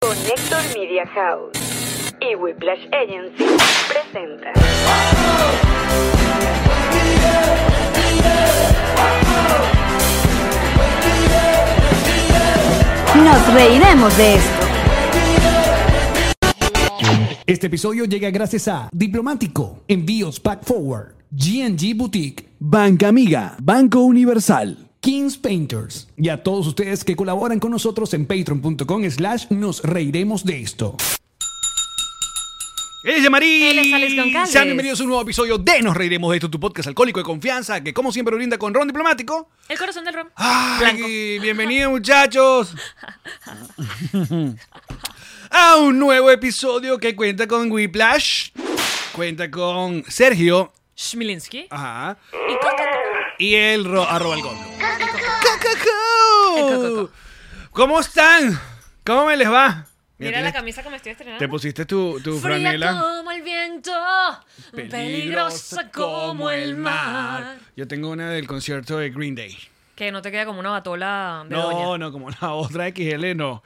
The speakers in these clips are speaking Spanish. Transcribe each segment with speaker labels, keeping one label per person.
Speaker 1: Connector Media House y Whiplash Agency presenta.
Speaker 2: Nos reiremos de esto.
Speaker 3: Este episodio llega gracias a Diplomático, Envíos Pack Forward, GNG Boutique,
Speaker 4: Banca Amiga, Banco Universal.
Speaker 3: Kings Painters y a todos ustedes que colaboran con nosotros en patreon.com slash nos reiremos de esto.
Speaker 5: Ella María.
Speaker 6: Él es Alex Goncalves.
Speaker 5: Sean bienvenidos a un nuevo episodio de Nos Reiremos de esto, tu podcast alcohólico de confianza, que como siempre brinda con Ron Diplomático.
Speaker 6: El corazón del ron. Blanco.
Speaker 5: Ay, bienvenidos muchachos a un nuevo episodio que cuenta con Whiplash, cuenta con Sergio
Speaker 6: Shmilinski.
Speaker 5: ajá,
Speaker 6: Y Coca.
Speaker 5: y el ro- arroba el Goncalves.
Speaker 6: El Cococo.
Speaker 5: ¿Cómo están? ¿Cómo me les va?
Speaker 6: Mira la
Speaker 5: tienes-
Speaker 6: camisa que me estoy estrenando.
Speaker 5: Te pusiste tu, tu
Speaker 6: Fría
Speaker 5: franela.
Speaker 6: como el viento, peligrosa como el mar.
Speaker 5: Yo tengo una del concierto de Green Day.
Speaker 6: Que no te queda como una batola de
Speaker 5: No,
Speaker 6: doña.
Speaker 5: no, como la otra XL, no.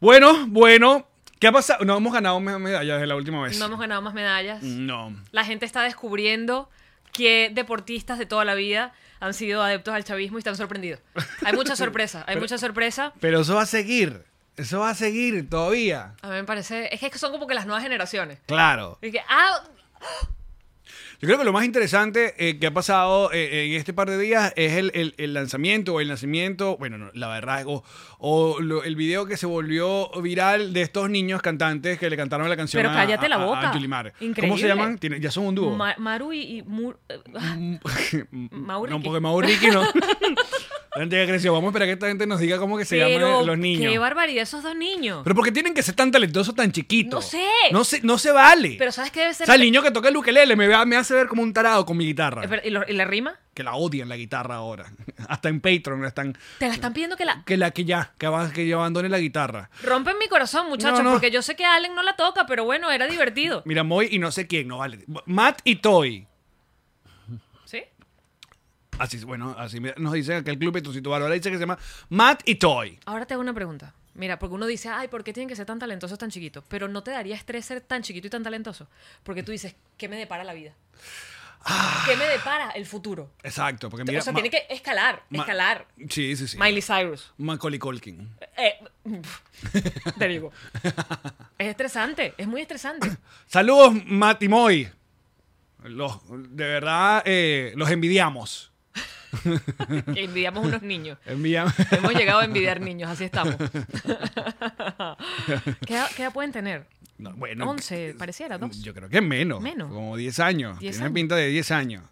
Speaker 5: Bueno, bueno. ¿Qué ha pasado? No hemos ganado me- medallas de la última vez.
Speaker 6: No hemos ganado más medallas.
Speaker 5: No.
Speaker 6: La gente está descubriendo que deportistas de toda la vida han sido adeptos al chavismo y están sorprendidos. Hay mucha sorpresa, hay mucha sorpresa.
Speaker 5: Pero eso va a seguir. Eso va a seguir todavía.
Speaker 6: A mí me parece, es que son como que las nuevas generaciones.
Speaker 5: Claro.
Speaker 6: Y que, ah,
Speaker 5: Yo creo que lo más interesante eh, que ha pasado eh, en este par de días es el, el- el lanzamiento o el nacimiento, bueno, no, la rasgo, o lo- el video que se volvió viral de estos niños cantantes que le cantaron la canción
Speaker 6: Pero
Speaker 5: a-
Speaker 6: cállate la
Speaker 5: a- a- a
Speaker 6: boca.
Speaker 5: Yulimar. ¿Cómo se
Speaker 6: Increíble.
Speaker 5: llaman? Tiene- ya son un dúo.
Speaker 6: Ma- Maru y, y Mur- ah,
Speaker 5: No,
Speaker 6: Mauricio.
Speaker 5: porque Mauricio Mm, no. La gente ya creció. Vamos a esperar a que esta gente nos diga cómo que se llaman los niños.
Speaker 6: Qué barbaridad esos dos niños.
Speaker 5: Pero porque tienen que ser tan talentosos, tan chiquitos.
Speaker 6: No sé.
Speaker 5: No se, no se vale.
Speaker 6: Pero ¿sabes qué debe
Speaker 5: o
Speaker 6: ser?
Speaker 5: sea, el niño que toca el ukelele me, va- me hace ver como un tarado con mi guitarra.
Speaker 6: Eh, pero, ¿Y, lo- y la rima?
Speaker 5: Que la odian la guitarra ahora. Hasta en Patreon la están.
Speaker 6: Te la están pidiendo que la...
Speaker 5: Que la que ya, que, abas- que ya abandone la guitarra.
Speaker 6: Rompen mi corazón, muchachos,
Speaker 5: No, no.
Speaker 6: porque yo sé que Allen no la toca, pero bueno, era divertido.
Speaker 5: Mira, Moy y no sé quién, no vale. Matt y Toy.
Speaker 6: ¿Sí?
Speaker 5: Así, bueno, así me- nos dicen aquel club Petrocito Valora dice que se llama Matt y Toy.
Speaker 6: Ahora te hago una pregunta. Mira, porque uno dice, ay, ¿por qué tienen que ser tan talentosos, tan chiquitos? Pero no te daría estrés ser tan chiquito y tan talentoso. Porque tú dices, ¿qué me depara la vida? ¿Qué me depara el futuro?
Speaker 5: Exacto, porque mira.
Speaker 6: o sea,
Speaker 5: Ma-
Speaker 6: tiene que escalar,
Speaker 5: Ma-
Speaker 6: escalar.
Speaker 5: Sí, sí, sí.
Speaker 6: Miley Cyrus.
Speaker 5: Macaulay Culkin.
Speaker 6: Eh, te digo. Es estresante, es muy estresante.
Speaker 5: Saludos, Matimoy. Los, de verdad, eh, los envidiamos.
Speaker 6: Que envidiamos unos niños.
Speaker 5: Envidiam-
Speaker 6: Hemos llegado a envidiar niños, así estamos. ¿Qué, edad, qué edad pueden tener?
Speaker 5: No, bueno,
Speaker 6: 11,
Speaker 5: que-
Speaker 6: pareciera, 12.
Speaker 5: Yo creo que menos.
Speaker 6: Menos.
Speaker 5: Como 10 años.
Speaker 6: 10
Speaker 5: Tiene
Speaker 6: años.
Speaker 5: pinta de 10 años.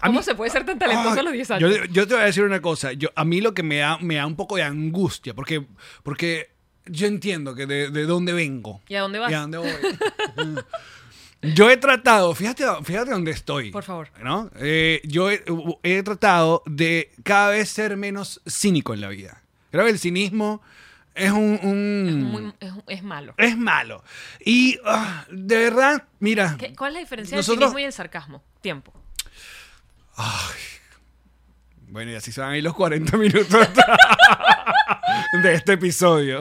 Speaker 5: A
Speaker 6: ¿Cómo
Speaker 5: mí-
Speaker 6: se puede ser tan talentoso
Speaker 5: Ay,
Speaker 6: a los 10 años?
Speaker 5: Yo, yo te voy a decir una cosa. Yo, a mí lo que me da, me da un poco de angustia, porque, porque yo entiendo que de, de dónde vengo.
Speaker 6: ¿Y a dónde vas?
Speaker 5: ¿Y a dónde voy? yo he tratado, fíjate, fíjate dónde estoy.
Speaker 6: Por favor.
Speaker 5: ¿no? Eh, yo he, he tratado de cada vez ser menos cínico en la vida. Creo que el cinismo es un... un-
Speaker 6: Muy- es, es malo.
Speaker 5: es malo. Y ah, de verdad, mira,
Speaker 6: ¿Qué- ¿Cuál es la diferencia
Speaker 5: Nosotros-
Speaker 6: del cinismo y el sarcasmo? Tiempo.
Speaker 5: Bueno, y así se van a ir los 40 minutos de este episodio.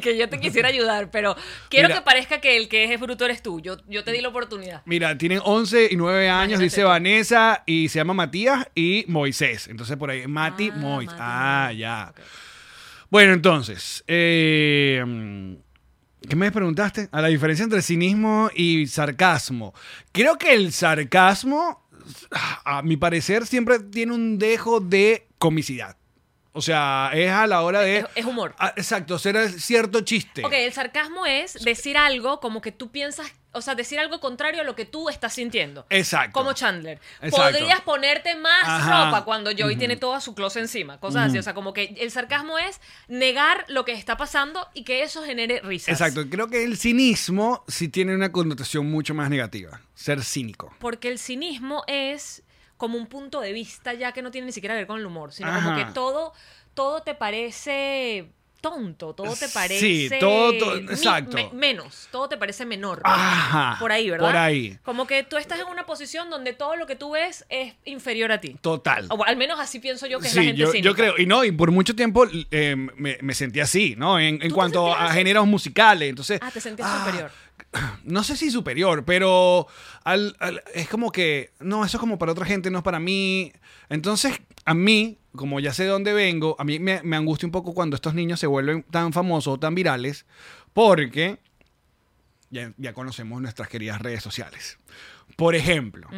Speaker 6: que yo te quisiera ayudar, pero quiero
Speaker 5: Mira.
Speaker 6: que parezca que el que es bruto eres tú. Yo, yo te di la oportunidad.
Speaker 5: Mira, tienen 11 y 9 años,
Speaker 6: Imagínate
Speaker 5: dice
Speaker 6: tú.
Speaker 5: Vanessa, y se llama Matías y Moisés. Entonces por ahí, Mati,
Speaker 6: Ah,
Speaker 5: Mois.
Speaker 6: Mati,
Speaker 5: Ah,
Speaker 6: Mois.
Speaker 5: ya.
Speaker 6: Ok.
Speaker 5: Bueno, entonces, eh, ¿qué me preguntaste? A la diferencia entre cinismo y sarcasmo. Creo que el sarcasmo, a mi parecer, siempre tiene un dejo de comicidad. O sea, es a la hora de...
Speaker 6: Es- es humor.
Speaker 5: Ah, exacto, será cierto chiste.
Speaker 6: Ok, el sarcasmo es decir algo como que tú piensas, o sea, decir algo contrario a lo que tú estás sintiendo.
Speaker 5: Exacto.
Speaker 6: Como Chandler.
Speaker 5: Exacto.
Speaker 6: Podrías ponerte más
Speaker 5: Ajá.
Speaker 6: ropa cuando Joey tiene toda su closet encima. Cosas así. O sea, como que el sarcasmo es negar lo que está pasando y que eso genere risas.
Speaker 5: Exacto, creo que el cinismo sí tiene una connotación mucho más negativa, ser cínico.
Speaker 6: Porque el cinismo es como un punto de vista ya que no tiene ni siquiera que ver con el humor, sino como
Speaker 5: Ajá.
Speaker 6: que todo, todo te parece tonto, todo te
Speaker 5: Sí,
Speaker 6: parece.
Speaker 5: todo- todo-
Speaker 6: mi-
Speaker 5: exacto.
Speaker 6: me- menos, todo te parece menor.
Speaker 5: Ajá,
Speaker 6: por ahí, ¿verdad?
Speaker 5: por ahí.
Speaker 6: Como que tú estás en una posición donde todo lo que tú ves es inferior a ti.
Speaker 5: Total.
Speaker 6: O al menos así pienso yo Ah, que es la
Speaker 5: Sí,
Speaker 6: gente
Speaker 5: yo, yo
Speaker 6: cínica.
Speaker 5: creo. Y no, y por mucho tiempo eh, me, me sentí así, ¿no? En, en
Speaker 6: te
Speaker 5: cuanto
Speaker 6: sentías
Speaker 5: a
Speaker 6: así?
Speaker 5: géneros musicales. Entonces.
Speaker 6: Ah, te sentías
Speaker 5: ah,
Speaker 6: superior.
Speaker 5: No sé si superior, pero al- al- es como que. No, eso es como para otra gente, no es para mí. Entonces, a mí, como ya sé de dónde vengo, a mí me, me angustia un poco cuando estos niños se vuelven tan famosos, tan virales, porque. Ya, ya conocemos nuestras queridas redes sociales. Por ejemplo,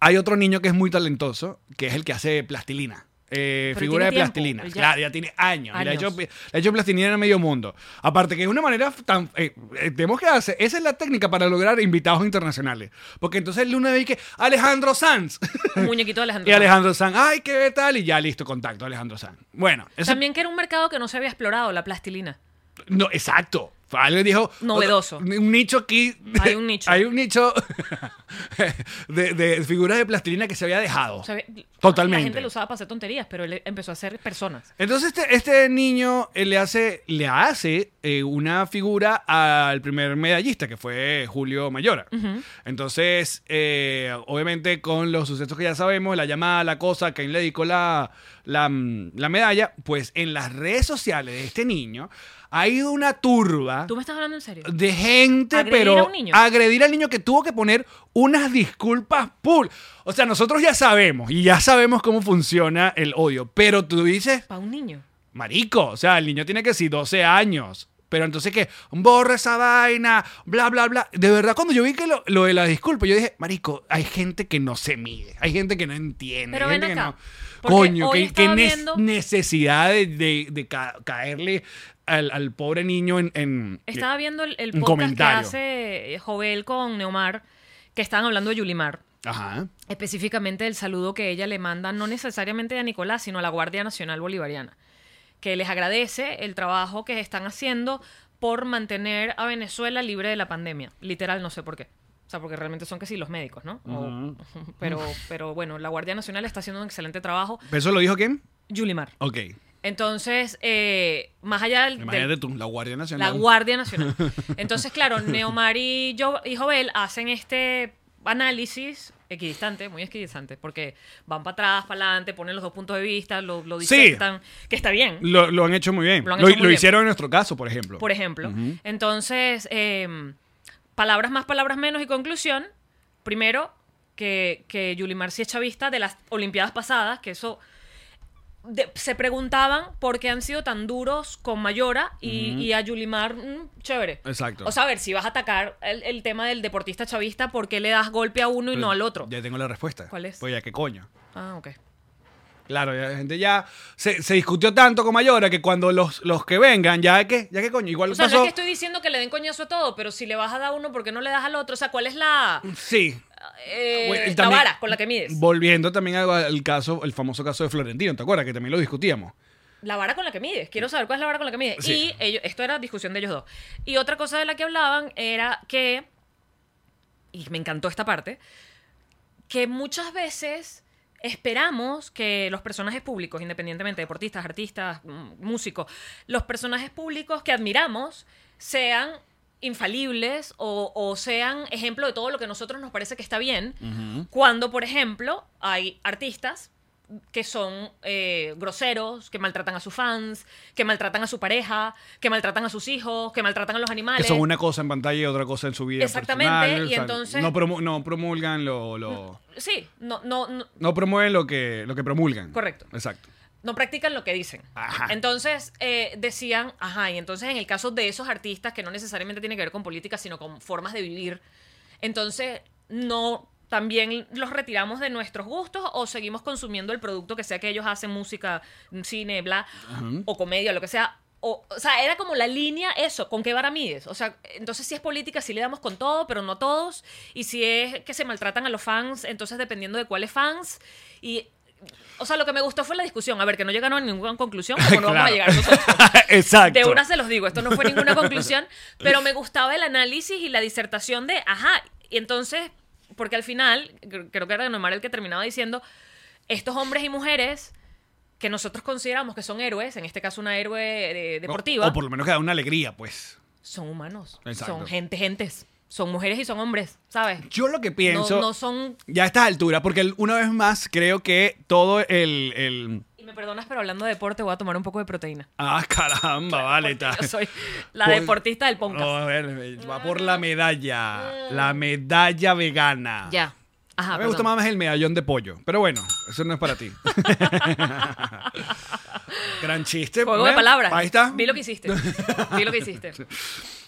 Speaker 5: hay otro niño que es muy talentoso, que es el que hace plastilina. Eh,
Speaker 6: Pero
Speaker 5: figura de
Speaker 6: tiene tiempo,
Speaker 5: plastilina.
Speaker 6: ya.
Speaker 5: Claro, ya tiene años. y Le, ha
Speaker 6: Años.
Speaker 5: hecho, le ha hecho plastilina a medio mundo. Aparte que es una manera tan... eh, eh, tenemos que hacer... Esa es la técnica para lograr invitados internacionales. Porque entonces Luna ve que Alejandro Sanz.
Speaker 6: Un muñequito de Alejandro.
Speaker 5: y Alejandro Sanz, ay, qué tal. Y ya listo, contacto, Alejandro Sanz. Bueno, eso...
Speaker 6: También que era un mercado que no se había explorado, la plastilina.
Speaker 5: No, exacto. Alguien dijo.
Speaker 6: Novedoso.
Speaker 5: "Otro- Un nicho aquí.
Speaker 6: Hay un nicho.
Speaker 5: Hay un nicho de, de figuras de plastilina que se había dejado.
Speaker 6: O sea, La
Speaker 5: Totalmente.
Speaker 6: gente lo usaba para hacer tonterías, pero él empezó a hacer personas.
Speaker 5: Entonces este, este niño eh, le hace, le hace eh, una figura al primer medallista, que fue Julio Mayora. Entonces, eh, obviamente con los sucesos que ya sabemos, la llamada, la cosa, que le dedicó la, la, mm, la medalla, pues en las redes sociales de este niño ha ido una turba
Speaker 6: ¿Tú me estás hablando en serio?
Speaker 5: de gente,
Speaker 6: Agredir
Speaker 5: pero
Speaker 6: a un niño.
Speaker 5: agredir al niño que tuvo que poner unas disculpas pool. O sea, nosotros ya sabemos y ya sabemos cómo funciona el odio, pero tú dices,
Speaker 6: Para un niño.
Speaker 5: marico, o sea, el niño tiene que ser 12 años. Pero entonces que borra esa vaina, bla, bla, bla. De verdad, cuando yo vi que lo, lo de la disculpa, yo dije, marico, hay gente que no se mide, hay gente que no entiende.
Speaker 6: Pero
Speaker 5: hay gente
Speaker 6: ven
Speaker 5: que
Speaker 6: acá,
Speaker 5: no-
Speaker 6: porque
Speaker 5: Coño,
Speaker 6: hoy
Speaker 5: qué, qué
Speaker 6: estaba
Speaker 5: ne-
Speaker 6: viendo-
Speaker 5: necesidad de, de- de ca- caerle al, al pobre niño en... en-
Speaker 6: Estaba viendo el, el
Speaker 5: Un
Speaker 6: podcast
Speaker 5: comentario.
Speaker 6: que hace eh, Jovel con Neomar, que estaban hablando de Yulimar.
Speaker 5: Ajá.
Speaker 6: específicamente el saludo que ella le manda, no necesariamente a Nicolás, sino a la Guardia Nacional Bolivariana, que les agradece el trabajo que están haciendo por mantener a Venezuela libre de la pandemia. Literal, no sé por qué. O sea, porque realmente son que sí los médicos, ¿no? O- pero, pero bueno, la Guardia Nacional está haciendo un excelente trabajo.
Speaker 5: ¿Pero ¿Eso lo dijo quién?
Speaker 6: Yulimar.
Speaker 5: Ok.
Speaker 6: Entonces, eh, más allá del- del,
Speaker 5: Imagínate tú, la Guardia
Speaker 6: la
Speaker 5: Nacional.
Speaker 6: Guardia Nacional. Entonces, claro, Neomar y, Jo- y Jovel hacen este análisis equidistante, muy equidistante, porque van para atrás, para adelante, ponen los dos puntos de vista, lo, lo
Speaker 5: Sí.
Speaker 6: disectan, que está bien,
Speaker 5: Lo, lo han hecho muy bien.
Speaker 6: Lo
Speaker 5: Lo,
Speaker 6: han hecho muy
Speaker 5: lo
Speaker 6: bien.
Speaker 5: hicieron en nuestro caso, por ejemplo.
Speaker 6: por ejemplo. Entonces, eh, palabras más, palabras menos y conclusión. Primero, que, que Yulimar sí es chavista de las Olimpiadas pasadas, que eso... de- se preguntaban por qué han sido tan duros con Mayora y, y a Yulimar, mm, chévere.
Speaker 5: Exacto.
Speaker 6: O sea, a ver, si vas a atacar el, el tema del deportista chavista, ¿por qué le das golpe a uno y no al otro?
Speaker 5: Pues, Ya tengo la respuesta.
Speaker 6: ¿Cuál es?
Speaker 5: Pues ya, ¿qué coño?
Speaker 6: Ah, ok.
Speaker 5: Claro, ya la gente ya se, se discutió tanto con Mayora que cuando los, los que vengan, ya que, ya que coño, igual
Speaker 6: O sea,
Speaker 5: pasó.
Speaker 6: no es que estoy diciendo que le den coñazo a todo, pero si le vas a dar a uno, ¿por qué no le das al otro? O sea, ¿cuál es la,
Speaker 5: Sí.
Speaker 6: eh,
Speaker 5: Bueno, y
Speaker 6: la
Speaker 5: también-
Speaker 6: vara con la que mides?
Speaker 5: Volviendo también al, al caso, el famoso caso de Florentino, ¿te acuerdas? Que también lo discutíamos.
Speaker 6: La vara con la que mides. Quiero saber cuál es la vara con la que mides.
Speaker 5: Sí.
Speaker 6: Y ellos, esto era discusión de ellos dos. Y otra cosa de la que hablaban era que, y me encantó esta parte, que muchas veces esperamos que los personajes públicos, independientemente de deportistas, artistas, mm, músicos, los personajes públicos que admiramos sean infalibles o, o sean ejemplo de todo lo que a nosotros nos parece que está bien, cuando, por ejemplo, hay artistas que son eh, groseros, que maltratan a sus fans, que maltratan a su pareja, que maltratan a sus hijos, que maltratan a los animales.
Speaker 5: Que son una cosa en pantalla y otra cosa en su vida.
Speaker 6: Exactamente,
Speaker 5: personal,
Speaker 6: y
Speaker 5: o sea,
Speaker 6: entonces-
Speaker 5: No, promu- no promulgan lo. lo-
Speaker 6: Sí, no, no, no,
Speaker 5: no promueven lo que, lo que promulgan.
Speaker 6: Correcto.
Speaker 5: Exacto.
Speaker 6: no practican lo que dicen.
Speaker 5: Ajá.
Speaker 6: Entonces eh, decían, ajá, y entonces en el caso de esos artistas que no necesariamente tienen que ver con política, sino con formas de vivir, entonces no también los retiramos de nuestros gustos o seguimos consumiendo el producto que sea que ellos hacen música, cine, bla, o comedia, lo que sea. O, o sea, era como la línea eso, con qué vara mides. O sea, entonces si es política, sí le damos con todo, pero no a todos. Y si es que se maltratan a los fans, entonces dependiendo de cuáles fans. Y, o sea, lo que me gustó fue la discusión. A ver, que no llegaron a ninguna conclusión, como no vamos
Speaker 5: Claro.
Speaker 6: a llegar nosotros.
Speaker 5: Exacto.
Speaker 6: De una se los digo, esto no fue ninguna conclusión, pero me gustaba el análisis y la disertación de, ajá, y entonces, porque al final, cre- creo que era Nomar el que terminaba diciendo, estos hombres y mujeres que nosotros consideramos que son héroes, en este caso una héroe eh, deportiva,
Speaker 5: O, por lo menos que da una alegría, pues.
Speaker 6: son humanos.
Speaker 5: Exacto.
Speaker 6: Son gente, gentes. Son mujeres y son hombres, ¿sabes?
Speaker 5: Yo lo que pienso.
Speaker 6: No, no son.
Speaker 5: Ya a esta altura, porque el- una vez más creo que todo el. el-
Speaker 6: Y me perdonas, pero hablando de deporte, voy a tomar un poco de proteína.
Speaker 5: Ah, caramba, vale.
Speaker 6: Porque
Speaker 5: está.
Speaker 6: Yo soy la
Speaker 5: Por-
Speaker 6: deportista del
Speaker 5: No,
Speaker 6: podcast. Mm.
Speaker 5: a ver, va por la medalla. La medalla vegana.
Speaker 6: Ya. Ajá.
Speaker 5: a mí me gusta
Speaker 6: perdón.
Speaker 5: más el medallón de pollo. Pero bueno, eso no es para ti. Gran chiste.
Speaker 6: Juego de
Speaker 5: Bueno,
Speaker 6: palabras.
Speaker 5: Ahí está.
Speaker 6: Vi lo que hiciste. Vi lo que hiciste.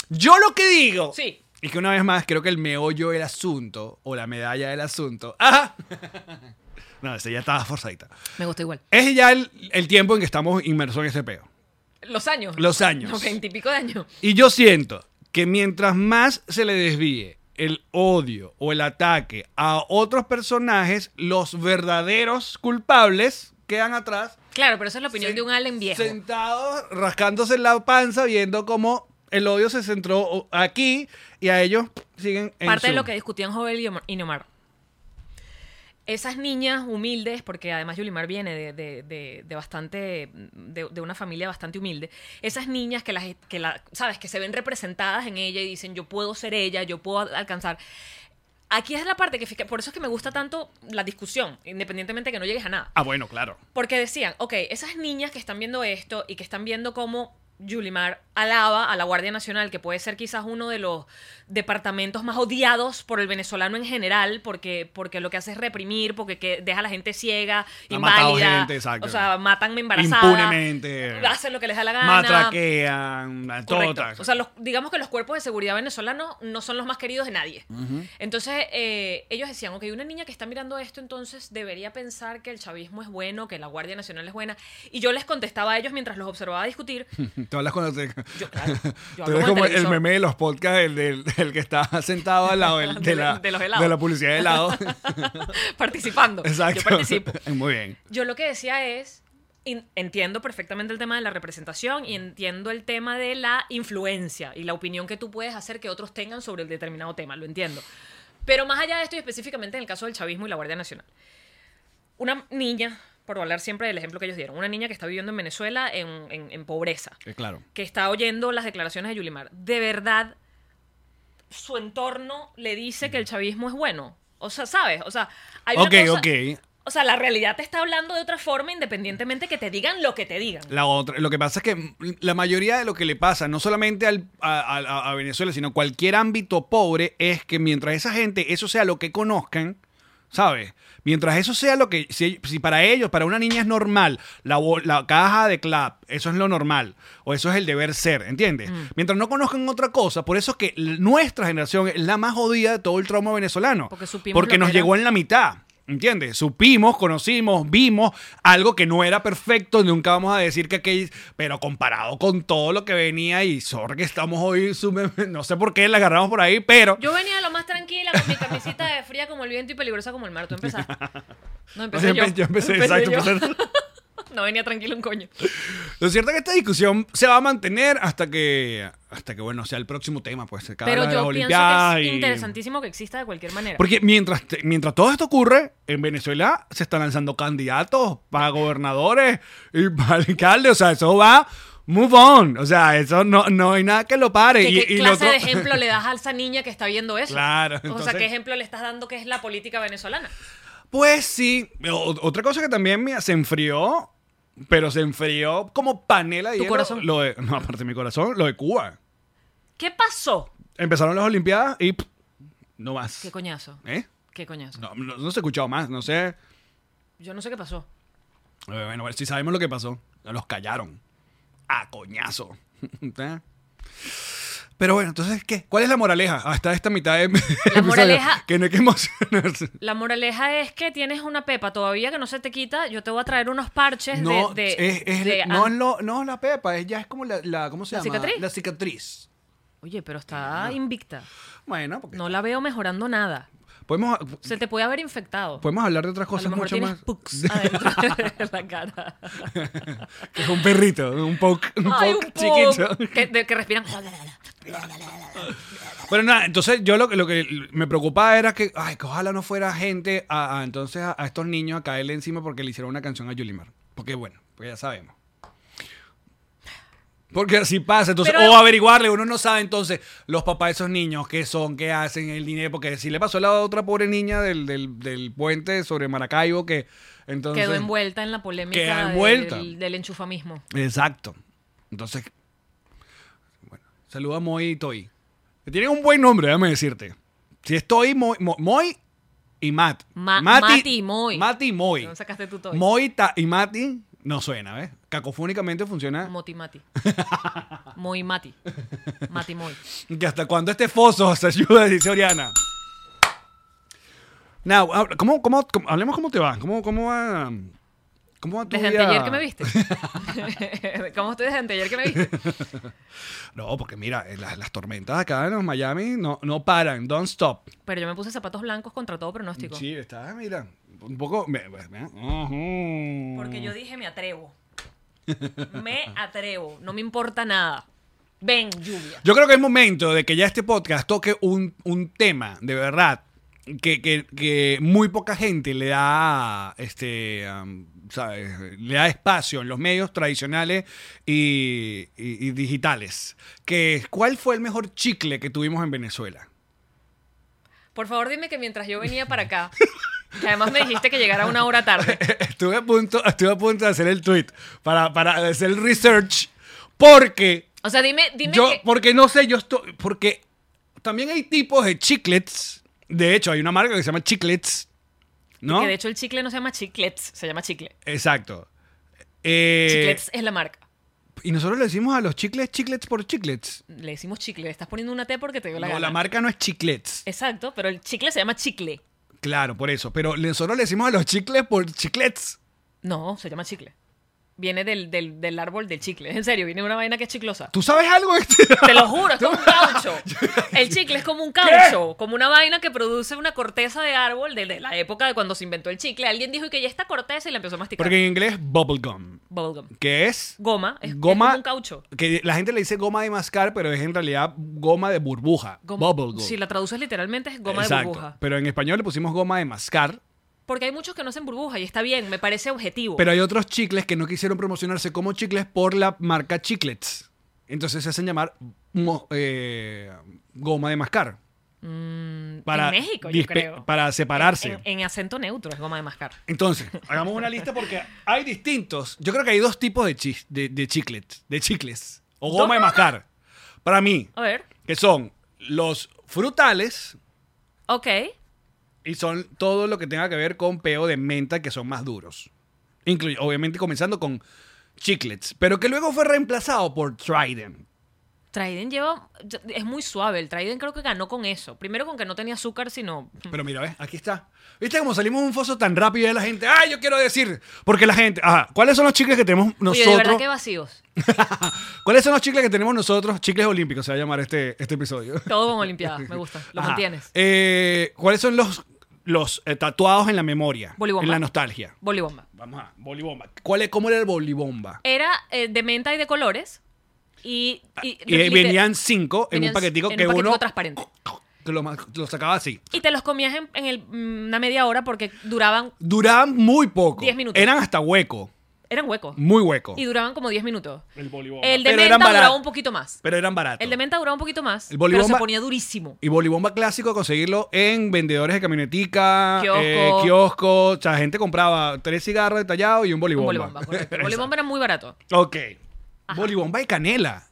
Speaker 5: Yo lo que digo.
Speaker 6: Sí.
Speaker 5: Es que una vez más, creo que el meollo del asunto, o la medalla del asunto. ¡Ajá! no, esa ya estaba forzadita.
Speaker 6: Me gusta igual.
Speaker 5: Es ya el, el tiempo en que estamos inmersos en ese peo.
Speaker 6: Los años.
Speaker 5: Los años.
Speaker 6: Los veintipico de años.
Speaker 5: Y yo siento que mientras más se le desvíe el odio o el ataque a otros personajes, los verdaderos culpables quedan atrás,
Speaker 6: Claro, pero esa es la opinión
Speaker 5: Sen-
Speaker 6: de un Allen viejo.
Speaker 5: sentados, rascándose la panza, viendo cómo el odio se centró aquí y a ellos siguen en
Speaker 6: Parte de
Speaker 5: su-
Speaker 6: lo que discutían Joel y Omar- y Neomar. Esas niñas humildes, porque además Yulimar viene de, de- de- de bastante, de, de una familia bastante humilde, esas niñas que las, que la, sabes, que se ven representadas en ella y dicen, yo puedo ser ella, yo puedo al- alcanzar. Aquí es la parte que, fija- por eso es que me gusta tanto la discusión, independientemente de que no llegues a nada.
Speaker 5: Ah, bueno, claro.
Speaker 6: Porque decían, ok, esas niñas que están viendo esto y que están viendo cómo Yulimar alaba a la Guardia Nacional, que puede ser quizás uno de los departamentos más odiados por el venezolano en general, porque, porque lo que hace es reprimir, porque que- deja a la gente ciega,
Speaker 5: Ha matado
Speaker 6: inválida.
Speaker 5: gente, exacto.
Speaker 6: o sea, matan embarazadas.
Speaker 5: Impunemente.
Speaker 6: Hacen lo que les da la gana.
Speaker 5: Matraquean, todo.
Speaker 6: Correcto.
Speaker 5: tal.
Speaker 6: O sea, los- digamos que los cuerpos de seguridad venezolanos no son los más queridos de nadie. Entonces, eh, ellos decían, ok, una niña que está mirando esto, entonces debería pensar que el chavismo es bueno, que la Guardia Nacional es buena. Y yo les contestaba a ellos mientras los observaba discutir.
Speaker 5: Tú hablas cuando te...
Speaker 6: Yo, claro, yo
Speaker 5: Tú
Speaker 6: hablo
Speaker 5: eres
Speaker 6: con
Speaker 5: como el
Speaker 6: televisor.
Speaker 5: meme de los podcasts, el, del- el que está sentado al lado del- de,
Speaker 6: De-
Speaker 5: la,
Speaker 6: de los helados.
Speaker 5: de la publicidad de helado.
Speaker 6: Participando.
Speaker 5: Exacto.
Speaker 6: Yo participo.
Speaker 5: Muy bien.
Speaker 6: Yo lo que decía es, in- entiendo perfectamente el tema de la representación y entiendo el tema de la influencia y la opinión que tú puedes hacer que otros tengan sobre el determinado tema, lo entiendo. Pero más allá de esto y específicamente en el caso del chavismo y la Guardia Nacional. Una niña, por hablar siempre del ejemplo que ellos dieron, una niña que está viviendo en Venezuela en, en- en pobreza,
Speaker 5: Eh, claro.
Speaker 6: que está oyendo las declaraciones de Yulimar, de verdad su entorno le dice que el chavismo es bueno. O sea, ¿sabes? O sea, hay una
Speaker 5: Ok,
Speaker 6: cosa-
Speaker 5: ok.
Speaker 6: o sea, la realidad te está hablando de otra forma independientemente que te digan lo que te digan.
Speaker 5: La otra, lo que pasa es que la mayoría de lo que le pasa, no solamente al- a, a- a Venezuela, sino cualquier ámbito pobre, es que mientras esa gente, eso sea lo que conozcan, ¿sabes? Mientras eso sea lo que, si, si para ellos, para una niña es normal, la, bo- la caja de clap, eso es lo normal, o eso es el deber ser, ¿entiendes?
Speaker 6: Mm.
Speaker 5: Mientras no conozcan otra cosa, por eso es que l- nuestra generación es la más jodida de todo el trauma venezolano.
Speaker 6: Porque supimos
Speaker 5: Porque
Speaker 6: lo
Speaker 5: nos
Speaker 6: que era.
Speaker 5: llegó en la mitad. ¿Entiendes? Supimos, conocimos, vimos algo que no era perfecto. Nunca vamos a decir que aquel. Pero comparado con todo lo que venía y sorry que estamos hoy. sume- No sé por qué la agarramos por ahí, pero.
Speaker 6: Yo venía lo más tranquila con mi camisita de fría como el viento y peligrosa como el mar. Tú empezaste. No, empecé
Speaker 5: Yo
Speaker 6: yo.
Speaker 5: empe- yo empecé, exacto,
Speaker 6: yo.
Speaker 5: empecé-
Speaker 6: No venía tranquilo un coño.
Speaker 5: Lo cierto es que esta discusión se va a mantener hasta que. Hasta que, bueno, sea el próximo tema, pues. cada
Speaker 6: Pero
Speaker 5: una de las
Speaker 6: yo pienso
Speaker 5: Olimpiadas
Speaker 6: que es
Speaker 5: y-
Speaker 6: interesantísimo que exista de cualquier manera.
Speaker 5: Porque mientras, te- mientras todo esto ocurre, en Venezuela se están lanzando candidatos para gobernadores y para alcaldes. O sea, eso va. Move on. O sea, eso no, no hay nada que lo pare.
Speaker 6: ¿Qué,
Speaker 5: y,
Speaker 6: qué
Speaker 5: y lo
Speaker 6: clase
Speaker 5: otro-
Speaker 6: de ejemplo le das a esa niña que está viendo eso?
Speaker 5: Claro,
Speaker 6: O sea,
Speaker 5: entonces-
Speaker 6: ¿qué ejemplo le estás dando que es la política venezolana?
Speaker 5: Pues sí. O- otra cosa que también mira, se enfrió, pero se enfrió como panela de
Speaker 6: Tu
Speaker 5: hielo,
Speaker 6: corazón.
Speaker 5: Lo de, no, aparte de mi corazón, lo de Cuba.
Speaker 6: ¿Qué pasó?
Speaker 5: Empezaron las Olimpiadas y pff, no más.
Speaker 6: ¿Qué coñazo?
Speaker 5: ¿Eh?
Speaker 6: ¿Qué coñazo?
Speaker 5: No, no, no se ha escuchado más, no sé.
Speaker 6: Yo no sé qué pasó.
Speaker 5: Eh, Bueno, si sabemos lo que pasó, los callaron. A coñazo. ¿Eh? Pero bueno, entonces, ¿qué? ¿Cuál es la moraleja? Hasta esta mitad de. episodio,
Speaker 6: moraleja-
Speaker 5: Que no hay que emocionarse.
Speaker 6: La moraleja es que tienes una pepa todavía que no se te quita. Yo te voy a traer unos parches
Speaker 5: No,
Speaker 6: de. de-
Speaker 5: es, es-
Speaker 6: de-
Speaker 5: no,
Speaker 6: ah,
Speaker 5: es lo- no es la pepa, es ya es como la, la- ¿cómo se
Speaker 6: ¿La
Speaker 5: llama?
Speaker 6: cicatriz?
Speaker 5: La cicatriz.
Speaker 6: Oye, pero está invicta.
Speaker 5: Bueno, porque
Speaker 6: No la veo mejorando nada.
Speaker 5: podemos,
Speaker 6: Se te puede haber infectado.
Speaker 5: podemos hablar de otras
Speaker 6: a lo
Speaker 5: Pues cosas
Speaker 6: mejor
Speaker 5: mucho
Speaker 6: tienes
Speaker 5: más.
Speaker 6: pucks adentro de la cara.
Speaker 5: Que es un perrito, un poke, un
Speaker 6: Ay,
Speaker 5: poke
Speaker 6: un
Speaker 5: chiquito.
Speaker 6: pug Que, de- que respiran.
Speaker 5: Pero nada, entonces yo lo, que- lo que me preocupaba era que, ay, que ojalá no fuera gente a, a- entonces a, a estos niños a caerle encima porque le hicieron una canción a Yulimar. Porque bueno, pues ya sabemos. Porque así pasa, entonces,
Speaker 6: Pero-
Speaker 5: o averiguarle, uno no sabe entonces los papás de esos niños qué son, qué hacen, el dinero, porque si le pasó a la otra pobre niña del, del, del puente sobre Maracaibo que entonces...
Speaker 6: Quedó envuelta en la polémica
Speaker 5: Queda
Speaker 6: del-
Speaker 5: envuelta.
Speaker 6: Del, enchufamismo.
Speaker 5: Exacto. Entonces, bueno, saluda a Moy y Toy. Que Tienen un buen nombre, déjame decirte. Si es Toy, Moy, Mo- Moy y Matt.
Speaker 6: Ma- Mati y Moy.
Speaker 5: Mati y Moy.
Speaker 6: ¿Dónde sacaste tu Toy?
Speaker 5: Moy ta- y Mati no suena, ¿ves? Cacofónicamente funciona.
Speaker 6: Moti Mati. Moi Mati. Mati Moi.
Speaker 5: Que hasta cuando este foso se ayuda, dice Oriana. Now, hab- ¿cómo, cómo, cómo- hablemos cómo te va? ¿Cómo, cómo va? ¿Cómo va tu
Speaker 6: Desde
Speaker 5: vida?
Speaker 6: anteayer que me viste. ¿Cómo estoy desde anteayer que me viste?
Speaker 5: No, porque mira, eh, las, las tormentas acá en los Miami no, no paran, don't stop.
Speaker 6: Pero yo me puse zapatos blancos contra todo pronóstico.
Speaker 5: Sí, está, mira, un poco... me- me- me- ujú.
Speaker 6: Porque yo dije, me atrevo. Me atrevo. No me importa nada. Ven, lluvia.
Speaker 5: Yo creo que es momento de que ya este podcast toque un, un tema, de verdad, que, que- que muy poca gente le da, este, am, ¿sabes? le da espacio en los medios tradicionales y, y- y digitales. Que, es, ¿Cuál fue el mejor chicle que tuvimos en Venezuela?
Speaker 6: Por favor, dime que mientras yo venía para acá, que además me dijiste que llegara una hora tarde.
Speaker 5: Estuve a punto, estuve a punto de hacer el tweet para, para hacer el research porque
Speaker 6: O sea, dime, dime
Speaker 5: yo,
Speaker 6: que-
Speaker 5: porque no sé, yo estoy. Porque también hay tipos de chiclets. De hecho, hay una marca que se llama Chiclets. ¿No?
Speaker 6: que de hecho el chicle no se llama chiclets, se llama chicle.
Speaker 5: Exacto. Eh,
Speaker 6: Chiclets es la marca.
Speaker 5: Y nosotros le decimos a los chiclets chiclets por chiclets.
Speaker 6: Le decimos chicle, le estás poniendo una T porque te dio
Speaker 5: No,
Speaker 6: la gana.
Speaker 5: la marca no es chiclets.
Speaker 6: Exacto, pero el chicle se llama chicle.
Speaker 5: Claro, por eso. Pero le- nosotros le decimos a los chicles por chiclets.
Speaker 6: No, se llama chicle. Viene del, del, del árbol del chicle. En serio, viene una vaina que es chiclosa.
Speaker 5: ¿Tú sabes algo? de este?
Speaker 6: Te lo juro, es como un caucho. El chicle es como un caucho, como una vaina que produce una corteza de árbol desde la época de cuando se inventó el chicle. Alguien dijo que ya está corteza y la empezó a masticar.
Speaker 5: Porque en inglés, bubblegum.
Speaker 6: Bubblegum.
Speaker 5: Que es.
Speaker 6: Goma, es, es
Speaker 5: Goma-
Speaker 6: como un caucho.
Speaker 5: Que la gente le dice goma de mascar, pero es en realidad goma de burbuja.
Speaker 6: Goma-
Speaker 5: bubblegum.
Speaker 6: Si la traduces literalmente es goma de
Speaker 5: Exacto.
Speaker 6: burbuja.
Speaker 5: Pero en español le pusimos goma de mascar.
Speaker 6: Porque hay muchos que no hacen burbuja y está bien, me parece objetivo.
Speaker 5: Pero hay otros chicles que no quisieron promocionarse como chicles por la marca Chiclets. Entonces se hacen llamar mo- eh, goma de mascar. para
Speaker 6: en México, yo
Speaker 5: dispe-
Speaker 6: creo.
Speaker 5: Para separarse.
Speaker 6: En, en acento neutro es goma de mascar.
Speaker 5: Entonces, hagamos una lista porque hay distintos. Yo creo que hay dos tipos de, chi- de, de chiclets. De chicles. O goma de mascar. Para mí,
Speaker 6: A ver,
Speaker 5: que son los frutales
Speaker 6: ok.
Speaker 5: y son todo lo que tenga que ver con peo de menta que son más duros. Incluye, obviamente comenzando con chiclets, pero que luego fue reemplazado por Trident.
Speaker 6: Trident lleva. Es muy suave. El Trident creo que ganó con eso. Primero con que no tenía azúcar, sino.
Speaker 5: Pero mira, ¿ves? Aquí está. ¿Viste cómo salimos de un foso tan rápido de la gente? ¡Ay, yo quiero decir! Porque la gente... Ajá, ¿cuáles son los chicles que tenemos
Speaker 6: Oye, de verdad
Speaker 5: nosotros?
Speaker 6: que vacíos.
Speaker 5: ¿Cuáles son los chicles que tenemos nosotros? Chicles olímpicos se va a llamar este, este episodio.
Speaker 6: Todo con Olimpiadas. Me gusta. Lo
Speaker 5: Ajá.
Speaker 6: mantienes.
Speaker 5: Eh, ¿Cuáles son los, los eh, tatuados en la memoria?
Speaker 6: Bolibomba.
Speaker 5: En la nostalgia.
Speaker 6: Bolibomba.
Speaker 5: Vamos a... Bolibomba. ¿Cuál es, ¿Cómo era el bolibomba?
Speaker 6: Era eh, de menta y de colores. Y. Y,
Speaker 5: Y eh,
Speaker 6: liter-
Speaker 5: venían cinco en
Speaker 6: venían
Speaker 5: un paquetico
Speaker 6: en
Speaker 5: que
Speaker 6: un paquetico
Speaker 5: uno
Speaker 6: transparente.
Speaker 5: que lo, ma- lo sacaba así.
Speaker 6: Y te los comías en, en el- mm, una media hora porque duraban.
Speaker 5: Duraban muy poco.
Speaker 6: Diez minutos.
Speaker 5: Eran hasta hueco.
Speaker 6: Eran huecos.
Speaker 5: Muy hueco.
Speaker 6: Y duraban como 10 minutos. El
Speaker 5: bolibomba.
Speaker 6: de
Speaker 5: Pero
Speaker 6: menta
Speaker 5: eran baratos.
Speaker 6: duraba un poquito más.
Speaker 5: Pero eran baratos.
Speaker 6: El de menta duraba un poquito más.
Speaker 5: El
Speaker 6: pero se
Speaker 5: bolibomba-
Speaker 6: ponía durísimo.
Speaker 5: y bolibomba clásico, conseguirlo en vendedores de camionetica,
Speaker 6: Kiosco.
Speaker 5: eh, kiosco. O sea, gente compraba tres cigarros detallados y un
Speaker 6: Un
Speaker 5: bolibomba.
Speaker 6: bolibomba, correcto. El bolibomba era muy barato.
Speaker 5: ok. Bolibomba y canela.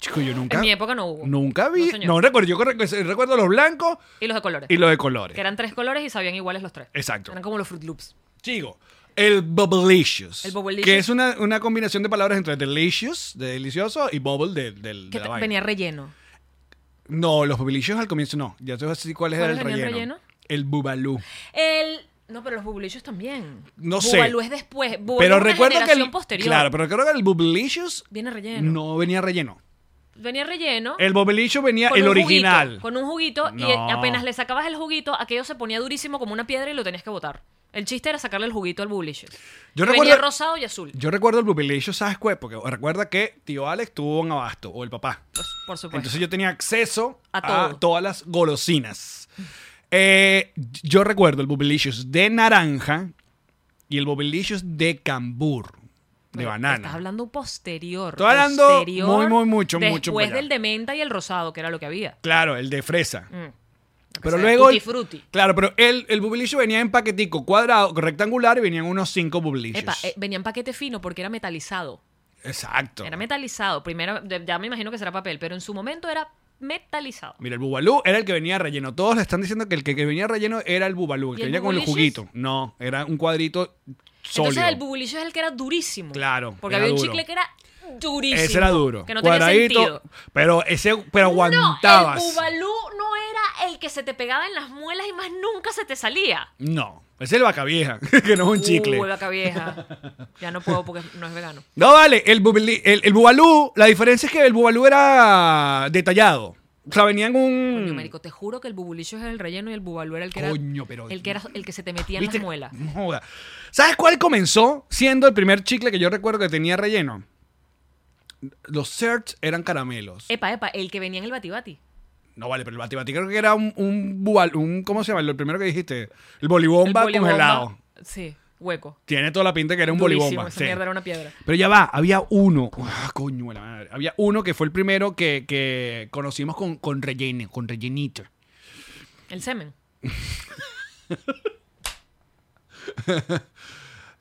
Speaker 5: Chico, yo nunca.
Speaker 6: En mi época no hubo.
Speaker 5: Nunca vi.
Speaker 6: No,
Speaker 5: No,
Speaker 6: señor.
Speaker 5: recuerdo. Yo corre- recuerdo los blancos
Speaker 6: Y los de colores.
Speaker 5: y los de colores.
Speaker 6: Que eran tres colores y sabían iguales los tres.
Speaker 5: Exacto.
Speaker 6: Eran como los Fruit Loops.
Speaker 5: Chico, el Bubblicious.
Speaker 6: El Bubblicious.
Speaker 5: Que es una, una combinación de palabras entre delicious, de delicioso, y bubble, de, del- de
Speaker 6: Que
Speaker 5: la
Speaker 6: te-
Speaker 5: vaina.
Speaker 6: venía relleno.
Speaker 5: No, los Bubblicious al comienzo no. Ya te voy a decir cuál era el
Speaker 6: ¿Cuáles
Speaker 5: relleno.
Speaker 6: venían
Speaker 5: El,
Speaker 6: relleno?
Speaker 5: bubalú.
Speaker 6: El. No, pero los bubalillos también.
Speaker 5: No sé.
Speaker 6: Bubalú es después. Bubalú
Speaker 5: pero
Speaker 6: es una
Speaker 5: recuerdo que
Speaker 6: generación
Speaker 5: el,
Speaker 6: posterior.
Speaker 5: Claro, pero recuerdo que el Bubblicious
Speaker 6: Viene relleno.
Speaker 5: no venía relleno.
Speaker 6: Venía relleno.
Speaker 5: El Bubblicious venía
Speaker 6: con
Speaker 5: el
Speaker 6: un
Speaker 5: original.
Speaker 6: juguito, con un juguito
Speaker 5: No.
Speaker 6: y apenas le sacabas el juguito, aquello se ponía durísimo como una piedra y lo tenías que botar. El chiste era sacarle el juguito al bubalillo.
Speaker 5: Yo
Speaker 6: Venía
Speaker 5: recuerdo-
Speaker 6: rosado y azul.
Speaker 5: Yo recuerdo el Bubblicious, ¿sabes cuál? Porque recuerda que tío Alex tuvo un abasto, o el papá.
Speaker 6: Por- Pues, Por supuesto.
Speaker 5: Entonces yo tenía acceso
Speaker 6: A
Speaker 5: a,
Speaker 6: todo.
Speaker 5: todas las golosinas. Eh, yo recuerdo el Bubblicious de naranja y el Bubblicious de cambur. de
Speaker 6: Pero
Speaker 5: banana.
Speaker 6: Estás hablando posterior.
Speaker 5: Estoy hablando
Speaker 6: posterior,
Speaker 5: muy, muy, mucho,
Speaker 6: después
Speaker 5: mucho para
Speaker 6: Después
Speaker 5: allá.
Speaker 6: del de menta y el rosado, que era lo que había.
Speaker 5: Claro, el de fresa. Pero
Speaker 6: O sea,
Speaker 5: luego.
Speaker 6: Mm. tutti frutti.
Speaker 5: Claro, pero el, el bubilicho venía en paquetico cuadrado, rectangular, y venían unos cinco bubilichos.
Speaker 6: Epa, eh, venía en paquete fino porque era metalizado.
Speaker 5: Exacto.
Speaker 6: Era metalizado. Primero, de- ya me imagino que será papel, pero en su momento era metalizado.
Speaker 5: Mira, el bubalú era el que venía relleno. Todos le están diciendo que el que, que venía relleno era el bubalú, el
Speaker 6: ¿Y
Speaker 5: que
Speaker 6: el
Speaker 5: venía con el
Speaker 6: bubulichis?
Speaker 5: juguito. No, era un cuadrito sólido.
Speaker 6: Entonces el bubulicho es el que era durísimo.
Speaker 5: Claro,
Speaker 6: Porque
Speaker 5: era
Speaker 6: había un
Speaker 5: duro.
Speaker 6: chicle que era durísimo.
Speaker 5: Ese era duro.
Speaker 6: Que no
Speaker 5: cuadradito.
Speaker 6: tenía sentido.
Speaker 5: Pero ese, pero aguantabas.
Speaker 6: No, el bubalú no era el que se te pegaba en las muelas y más nunca se te salía.
Speaker 5: No, ese es el vaca vieja, que no es un chicle.
Speaker 6: Uy, vaca vieja. Ya no puedo porque no es vegano.
Speaker 5: No, vale, el, bubili- el, el bubalú, la diferencia es que el bubalú era detallado. O sea, venían un...
Speaker 6: Coño, marico, te juro que el bubulicho era el relleno y el bubalú era el que
Speaker 5: Coño,
Speaker 6: era
Speaker 5: pero-
Speaker 6: el que era el que se te metía en
Speaker 5: ¿Viste?
Speaker 6: las muelas.
Speaker 5: No joda. ¿Sabes cuál comenzó siendo el primer chicle que yo recuerdo que tenía relleno? Los search eran caramelos.
Speaker 6: Epa, epa, el que venía en el batibati.
Speaker 5: No vale, pero el batibati creo que era un, un, bubal- un- ¿cómo se llama? Lo primero que dijiste. El bolibomba,
Speaker 6: el bolibomba-
Speaker 5: congelado.
Speaker 6: Sí, hueco.
Speaker 5: Tiene toda la pinta que era un
Speaker 6: Durísimo,
Speaker 5: bolibomba.
Speaker 6: Esa
Speaker 5: sí.
Speaker 6: mierda era una piedra.
Speaker 5: Pero ya va, había uno. Ah, coño, de la madre. Había uno que fue el primero que, que conocimos con, con relleno, con rellenito.
Speaker 6: El semen.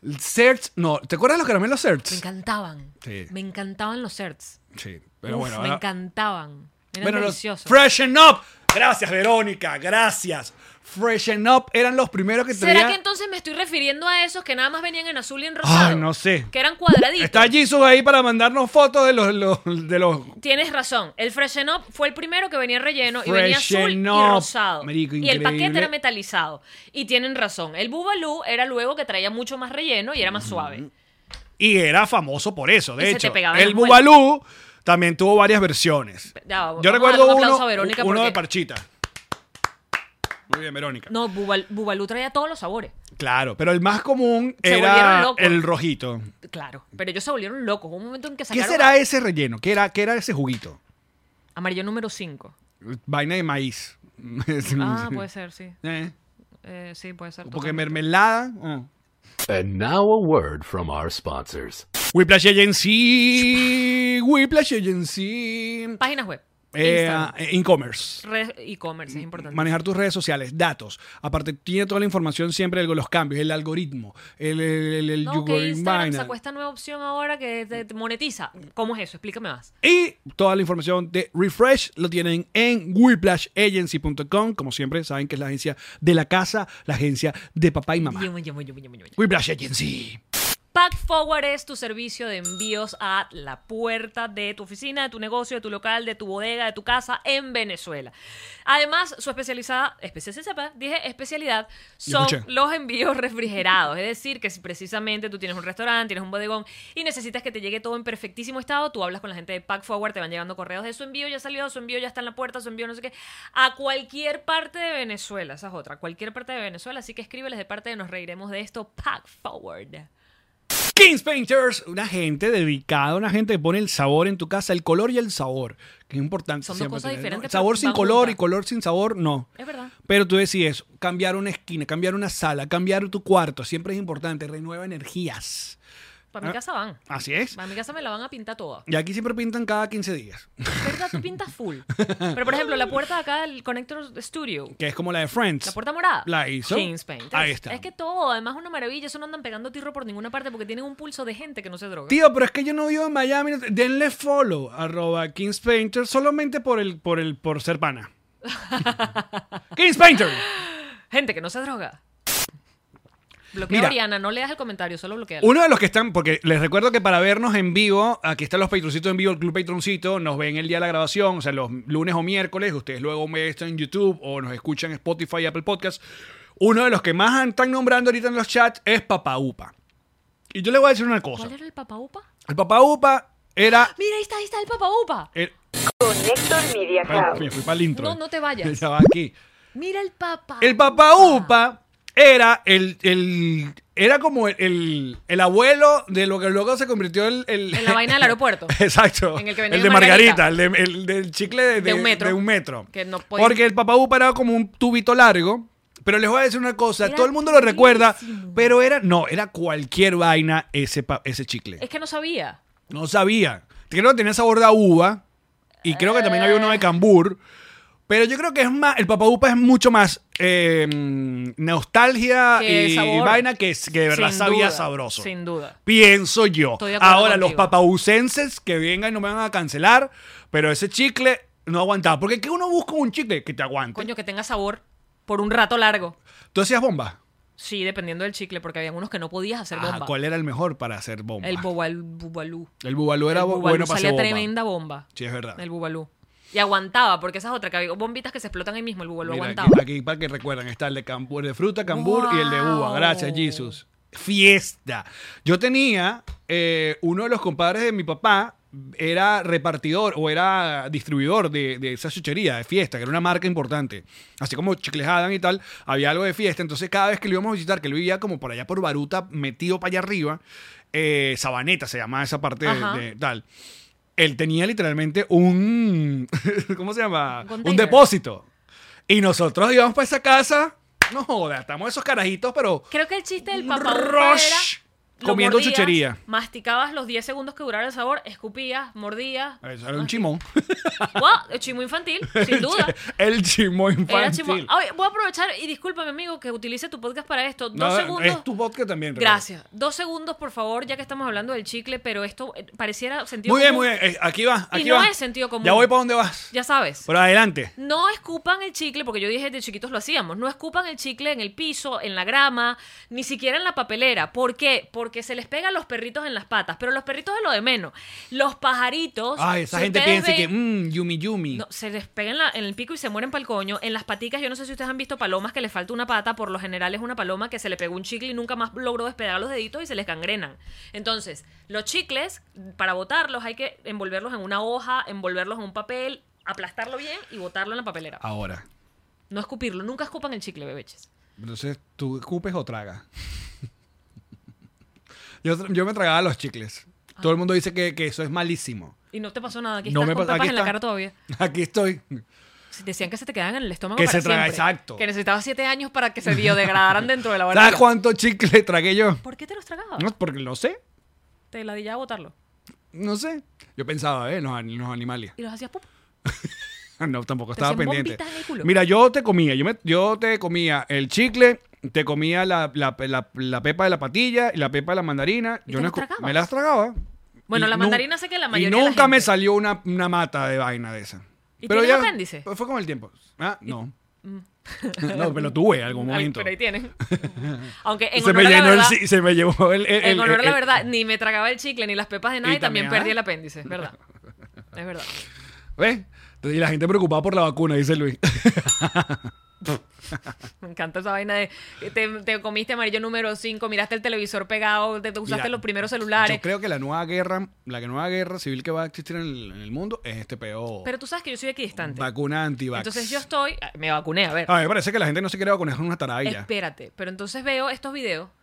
Speaker 5: El Search, no, ¿te acuerdas de los caramelos
Speaker 6: Me
Speaker 5: Search?
Speaker 6: encantaban.
Speaker 5: Sí.
Speaker 6: Me encantaban los certs.
Speaker 5: Sí, pero
Speaker 6: Uf,
Speaker 5: bueno.
Speaker 6: me
Speaker 5: ahora-
Speaker 6: encantaban. Eran
Speaker 5: Bueno, los
Speaker 6: deliciosos.
Speaker 5: Freshen Up. Gracias, Verónica, gracias. Freshen Up eran los primeros que
Speaker 6: ¿Será
Speaker 5: traía.
Speaker 6: que entonces me estoy refiriendo a esos que nada más venían en azul y en rosado?
Speaker 5: Ay, no sé.
Speaker 6: Que eran cuadraditos.
Speaker 5: Está Jesus ahí para mandarnos fotos de los, los- de los
Speaker 6: Tienes razón. El Freshen Up fue el primero que venía relleno y venía azul
Speaker 5: Freshen
Speaker 6: y
Speaker 5: Up.
Speaker 6: rosado.
Speaker 5: Marico,
Speaker 6: y el paquete
Speaker 5: increíble.
Speaker 6: era metalizado. Y tienen razón. El Bubalú era luego que traía mucho más relleno y era más suave.
Speaker 5: y era famoso por eso. De
Speaker 6: Y se te
Speaker 5: hecho,
Speaker 6: pegaba en
Speaker 5: el
Speaker 6: las muelas.
Speaker 5: Bubalú también tuvo varias versiones.
Speaker 6: Ya, vamos
Speaker 5: Yo
Speaker 6: a
Speaker 5: recuerdo
Speaker 6: darle un
Speaker 5: uno,
Speaker 6: aplauso a Verónica
Speaker 5: uno de
Speaker 6: porque-
Speaker 5: parchita. Muy bien, Verónica.
Speaker 6: No, Bubal- Bubalú traía todos los sabores.
Speaker 5: Claro, pero el más común
Speaker 6: Se volvieron
Speaker 5: era
Speaker 6: locos.
Speaker 5: el rojito.
Speaker 6: Claro. Pero ellos se volvieron locos. Hubo un momento en que
Speaker 5: ¿Qué
Speaker 6: sacaron
Speaker 5: será ese relleno? ¿Qué era, qué era ese juguito?
Speaker 6: amarillo número 5.
Speaker 5: Vaina de maíz.
Speaker 6: Ah, puede ser, sí.
Speaker 5: Eh,
Speaker 6: Eh, sí, puede ser.
Speaker 5: Mm. Porque
Speaker 6: totalmente.
Speaker 5: mermelada. ah.
Speaker 7: And now a word from our sponsors.
Speaker 5: Whiplash Agency. Whiplash Agency.
Speaker 6: Páginas web.
Speaker 5: Eh,
Speaker 6: Instagram,
Speaker 5: eh, E-commerce.
Speaker 6: red- E-commerce es importante.
Speaker 5: Manejar tus redes sociales, datos. Aparte, tiene toda la información siempre de los cambios, el algoritmo, el, el, el- el
Speaker 6: No,
Speaker 5: yugo-
Speaker 6: que Instagram
Speaker 5: vaina.
Speaker 6: sacó esta nueva opción ahora que te- te monetiza. ¿Cómo es eso? Explícame más.
Speaker 5: Y toda la información de Refresh lo tienen en whiplashagency.com. Como siempre, saben que es la agencia de la casa, la agencia de papá y mamá.
Speaker 6: Yum, yum, yum, yum, yum, yum.
Speaker 5: Whiplash Agency.
Speaker 6: Pack Forward es tu servicio de envíos a la puerta de tu oficina, de tu negocio, de tu local, de tu bodega, de tu casa en Venezuela. Además, su especializada, especialidad, dije especialidad, son
Speaker 5: escuché.
Speaker 6: los envíos refrigerados. Es decir, que si precisamente tú tienes un restaurante, tienes un bodegón y necesitas que te llegue todo en perfectísimo estado, tú hablas con la gente de Pack Forward, te van llegando correos de su envío ya salió, su envío ya está en la puerta, su envío no sé qué, a cualquier parte de Venezuela. Esa es otra, cualquier parte de Venezuela. Así que escríbeles de parte de Nos Reiremos de esto, Pack Forward.
Speaker 5: Kings Painters, una gente dedicada, una gente que pone el sabor en tu casa, el color y el sabor, que es importante.
Speaker 6: Son dos
Speaker 5: siempre
Speaker 6: cosas
Speaker 5: tener, ¿no?
Speaker 6: diferentes,
Speaker 5: El Sabor
Speaker 6: pero
Speaker 5: sin
Speaker 6: van
Speaker 5: color
Speaker 6: juntas.
Speaker 5: y color sin sabor, no.
Speaker 6: Es verdad.
Speaker 5: Pero tú decides cambiar una esquina, cambiar una sala, cambiar tu cuarto, siempre es importante, renueva energías.
Speaker 6: Para mi
Speaker 5: Ah.
Speaker 6: casa van.
Speaker 5: Así es.
Speaker 6: Para mi casa me la van a pintar toda.
Speaker 5: Y aquí siempre pintan cada 15 días,
Speaker 6: ¿Verdad? Tú pintas full. Pero, por ejemplo, la puerta de acá del Connector Studio.
Speaker 5: que es como la de
Speaker 6: La
Speaker 5: Friends.
Speaker 6: puerta morada.
Speaker 5: La hizo.
Speaker 6: Kings Painters.
Speaker 5: Ahí está.
Speaker 6: Es que todo, además, es una maravilla. Eso no andan pegando tirro por ninguna parte porque tienen un pulso de gente que no se droga.
Speaker 5: Tío, pero es que yo no vivo en Miami. no- Denle follow arroba Kings Painters solamente por el por el por ser pana. Kings Painter.
Speaker 6: Gente que no se droga. Bloquea
Speaker 5: Mira.
Speaker 6: a Oriana, no leas el comentario, solo bloquea.
Speaker 5: Uno de los que están, porque les recuerdo que para vernos en vivo, aquí están los patroncitos en vivo, el Club Patroncito, nos ven el día de la grabación, o sea, los lunes o miércoles, ustedes luego me están en YouTube o nos escuchan en Spotify y Apple Podcast. Uno de los que más están nombrando ahorita en los chats es Papá Upa. Y yo le voy a decir una cosa.
Speaker 6: ¿Cuál era el Papa Upa?
Speaker 5: El Papá Upa era...
Speaker 6: Mira, ahí está, ahí está el Papa Upa.
Speaker 5: era-
Speaker 1: Connector Media
Speaker 5: Ay,
Speaker 1: House.
Speaker 5: me fui para el intro.
Speaker 6: No, no te vayas.
Speaker 5: Ya va aquí.
Speaker 6: Mira el Papa.
Speaker 5: El
Speaker 6: Ah.
Speaker 5: papá Upa era el, el- era como el, el- el abuelo de lo que luego se convirtió el, el-
Speaker 6: En la vaina del aeropuerto.
Speaker 5: Exacto.
Speaker 6: En el que venía
Speaker 5: de
Speaker 6: de
Speaker 5: Margarita,
Speaker 6: Margarita.
Speaker 5: el, de- el del chicle de,
Speaker 6: De un metro.
Speaker 5: de un metro.
Speaker 6: Que no podía-
Speaker 5: Porque el papá Upa era como un tubito largo Pero les voy a decir una cosa,
Speaker 6: Era
Speaker 5: todo el mundo lo recuerda,
Speaker 6: durísimo.
Speaker 5: pero era, no, era cualquier vaina ese, pa- ese chicle.
Speaker 6: Es que no sabía.
Speaker 5: No sabía. Creo que tenía sabor de uva. Y creo que también había uno de cambur. Pero yo creo que es más. El papaupa es mucho más eh, nostalgia
Speaker 6: Que
Speaker 5: Ah, y
Speaker 6: sabor.
Speaker 5: vaina que, que de verdad
Speaker 6: Sin
Speaker 5: sabía
Speaker 6: duda,
Speaker 5: sabroso.
Speaker 6: sin duda.
Speaker 5: Pienso yo.
Speaker 6: Estoy de acuerdo
Speaker 5: Ahora, los
Speaker 6: contigo.
Speaker 5: papausenses que vengan y no me van a cancelar. Pero ese chicle no aguantaba. Porque ¿qué uno busca un chicle que te aguante?
Speaker 6: Coño, que tenga sabor por un rato largo.
Speaker 5: ¿Tú hacías bomba?
Speaker 6: Sí, dependiendo del chicle, porque había unos que no podías hacer
Speaker 5: Ah,
Speaker 6: bomba.
Speaker 5: ¿Cuál era el mejor para hacer bomba?
Speaker 6: El bobal, bubalú.
Speaker 5: El bubalú era
Speaker 6: El
Speaker 5: bo-
Speaker 6: bubalú
Speaker 5: bueno para hacer
Speaker 6: salía
Speaker 5: bomba.
Speaker 6: tremenda bomba.
Speaker 5: Sí, es verdad.
Speaker 6: El bubalú. Y aguantaba, porque esa es otra, que había bombitas que se explotan ahí mismo, el bubalú
Speaker 5: Mira,
Speaker 6: aguantaba.
Speaker 5: aquí, aquí para que recuerdan, está el de, cambur, de fruta, cambur y el de uva.
Speaker 6: Wow.
Speaker 5: Gracias, Jesus. Fiesta. Yo tenía eh, uno de los compadres de mi papá, era repartidor o era distribuidor de, de esa chuchería de fiesta, que era una marca importante. Así como Chicles Adam y tal, había algo de fiesta. Entonces, cada vez que lo íbamos a visitar, que lo vivía como por allá por Baruta, metido para allá arriba, eh, Sabaneta se llamaba esa parte de-
Speaker 6: Ajá.
Speaker 5: de tal él tenía literalmente un. ¿Cómo se llama?
Speaker 6: Un
Speaker 5: Un
Speaker 6: container.
Speaker 5: depósito. Y nosotros íbamos para esa casa. No joda, estamos esos carajitos, pero.
Speaker 6: Creo que el chiste del
Speaker 5: Un
Speaker 6: papá
Speaker 5: rush
Speaker 6: era... lo
Speaker 5: comiendo
Speaker 6: mordías,
Speaker 5: chuchería.
Speaker 6: Masticabas los 10 segundos que duraba el sabor, escupías, mordías.
Speaker 5: Eso era un chimón.
Speaker 6: Wow, chimo infantil, sin duda.
Speaker 5: El chimón infantil.
Speaker 6: Era Ah, chimo. Ay, voy a aprovechar y discúlpame, amigo, que utilice tu podcast para esto. Dos
Speaker 5: No,
Speaker 6: segundos.
Speaker 5: Es tu vodka también. Ricardo.
Speaker 6: Gracias. Dos segundos, por favor, ya que estamos hablando del chicle, pero esto eh, pareciera sentido
Speaker 5: Muy bien, muy
Speaker 6: común.
Speaker 5: bien. Eh, Aquí va.
Speaker 6: Y
Speaker 5: Aquí
Speaker 6: no
Speaker 5: va.
Speaker 6: es sentido común.
Speaker 5: Ya voy para donde vas.
Speaker 6: Ya sabes.
Speaker 5: Pero adelante.
Speaker 6: No escupan el chicle, porque yo dije de chiquitos lo hacíamos. No escupan el chicle en el piso, en la grama, ni siquiera en la papelera. ¿Por qué? Porque se les pega a los perritos en las patas. Pero los perritos es lo de menos. Los pajaritos.
Speaker 5: Ay, esa
Speaker 6: si
Speaker 5: gente
Speaker 6: ustedes
Speaker 5: piensa que.
Speaker 6: ven-
Speaker 5: Mmm, yumi yumi.
Speaker 6: no, se les pega en, la- en el pico y se mueren pa'l coño. En las paticas, yo no sé si ustedes han visto palomas que les falta una pata. Por lo general es una paloma que se le pegó un chicle y nunca más logró despegar los deditos y se les gangrenan. Entonces, los chicles, para botarlos, hay que envolverlos en una hoja, envolverlos en un papel, aplastarlo bien y botarlo en la papelera.
Speaker 5: Ahora.
Speaker 6: No escupirlo. Nunca escupan el chicle, bebeches.
Speaker 5: Entonces, ¿tú escupes o tragas? yo, tra- yo me tragaba los chicles. Todo
Speaker 6: Ah.
Speaker 5: el mundo dice que, que eso es malísimo.
Speaker 6: Y no te pasó nada. Aquí
Speaker 5: No
Speaker 6: estás
Speaker 5: me
Speaker 6: con
Speaker 5: pasa-
Speaker 6: pepas
Speaker 5: aquí
Speaker 6: en la
Speaker 5: está.
Speaker 6: cara todavía.
Speaker 5: Aquí estoy.
Speaker 6: Decían que se te quedaban en el estómago
Speaker 5: Que
Speaker 6: para
Speaker 5: se traga-
Speaker 6: siempre.
Speaker 5: exacto.
Speaker 6: Que necesitabas siete años para que se biodegradaran dentro de la barriga.
Speaker 5: ¿Sabes cuánto chicle tragué yo?
Speaker 6: ¿Por qué te los tragabas?
Speaker 5: No, porque no sé.
Speaker 6: Te ladillaba botarlo.
Speaker 5: No sé. Yo pensaba, ¿eh? Los, an- los animales.
Speaker 6: Y los hacías pup.
Speaker 5: No, tampoco
Speaker 6: Te
Speaker 5: estaba
Speaker 6: hacían
Speaker 5: pendiente.
Speaker 6: bombitas en el culo.
Speaker 5: Mira, yo te comía. Yo, me- yo te comía el chicle, te comía la, la- la- la pepa de la patilla y la pepa de la mandarina.
Speaker 6: ¿Y
Speaker 5: yo
Speaker 6: te
Speaker 5: no
Speaker 6: las
Speaker 5: escu-
Speaker 6: tragabas?
Speaker 5: Me las tragaba.
Speaker 6: Bueno,
Speaker 5: Y
Speaker 6: la
Speaker 5: nu-
Speaker 6: mandarina sé que la mayoría
Speaker 5: Y
Speaker 6: de la
Speaker 5: nunca me
Speaker 6: gente.
Speaker 5: salió una, una mata de vaina de esa.
Speaker 6: ¿Y tiene apéndice? Mm.
Speaker 5: Pues Fue con el tiempo. Ah, no. no, pero lo tuve en algún
Speaker 6: Ay,
Speaker 5: momento.
Speaker 6: Pero ahí tienen. Aunque en
Speaker 5: se,
Speaker 6: honor
Speaker 5: me
Speaker 6: a la
Speaker 5: llenó el,
Speaker 6: verdad,
Speaker 5: si- se me llevó el. el-
Speaker 6: en
Speaker 5: el-
Speaker 6: honor a la
Speaker 5: el-
Speaker 6: verdad, ni me tragaba el chicle ni las pepas de nada
Speaker 5: Y
Speaker 6: y, también
Speaker 5: también,
Speaker 6: perdí
Speaker 5: ah.
Speaker 6: el apéndice, es verdad. Es verdad.
Speaker 5: ¿Ves? Entonces, y la gente preocupada por la vacuna, dice Luis.
Speaker 6: Me encanta esa vaina de eh, te, te comiste amarillo número 5, miraste el televisor pegado, te, te usaste
Speaker 5: Mira,
Speaker 6: los primeros celulares.
Speaker 5: Yo creo que la nueva guerra, la nueva guerra civil que va a existir en el, en el mundo es este peo.
Speaker 6: Pero tú sabes que yo soy equidistante.
Speaker 5: vacuna antivax.
Speaker 6: Entonces yo estoy, ah, me vacuné, a ver.
Speaker 5: A mí me parece que la gente no se quiere vacunar con una taradilla.
Speaker 6: Espérate, pero entonces veo estos videos
Speaker 5: I'm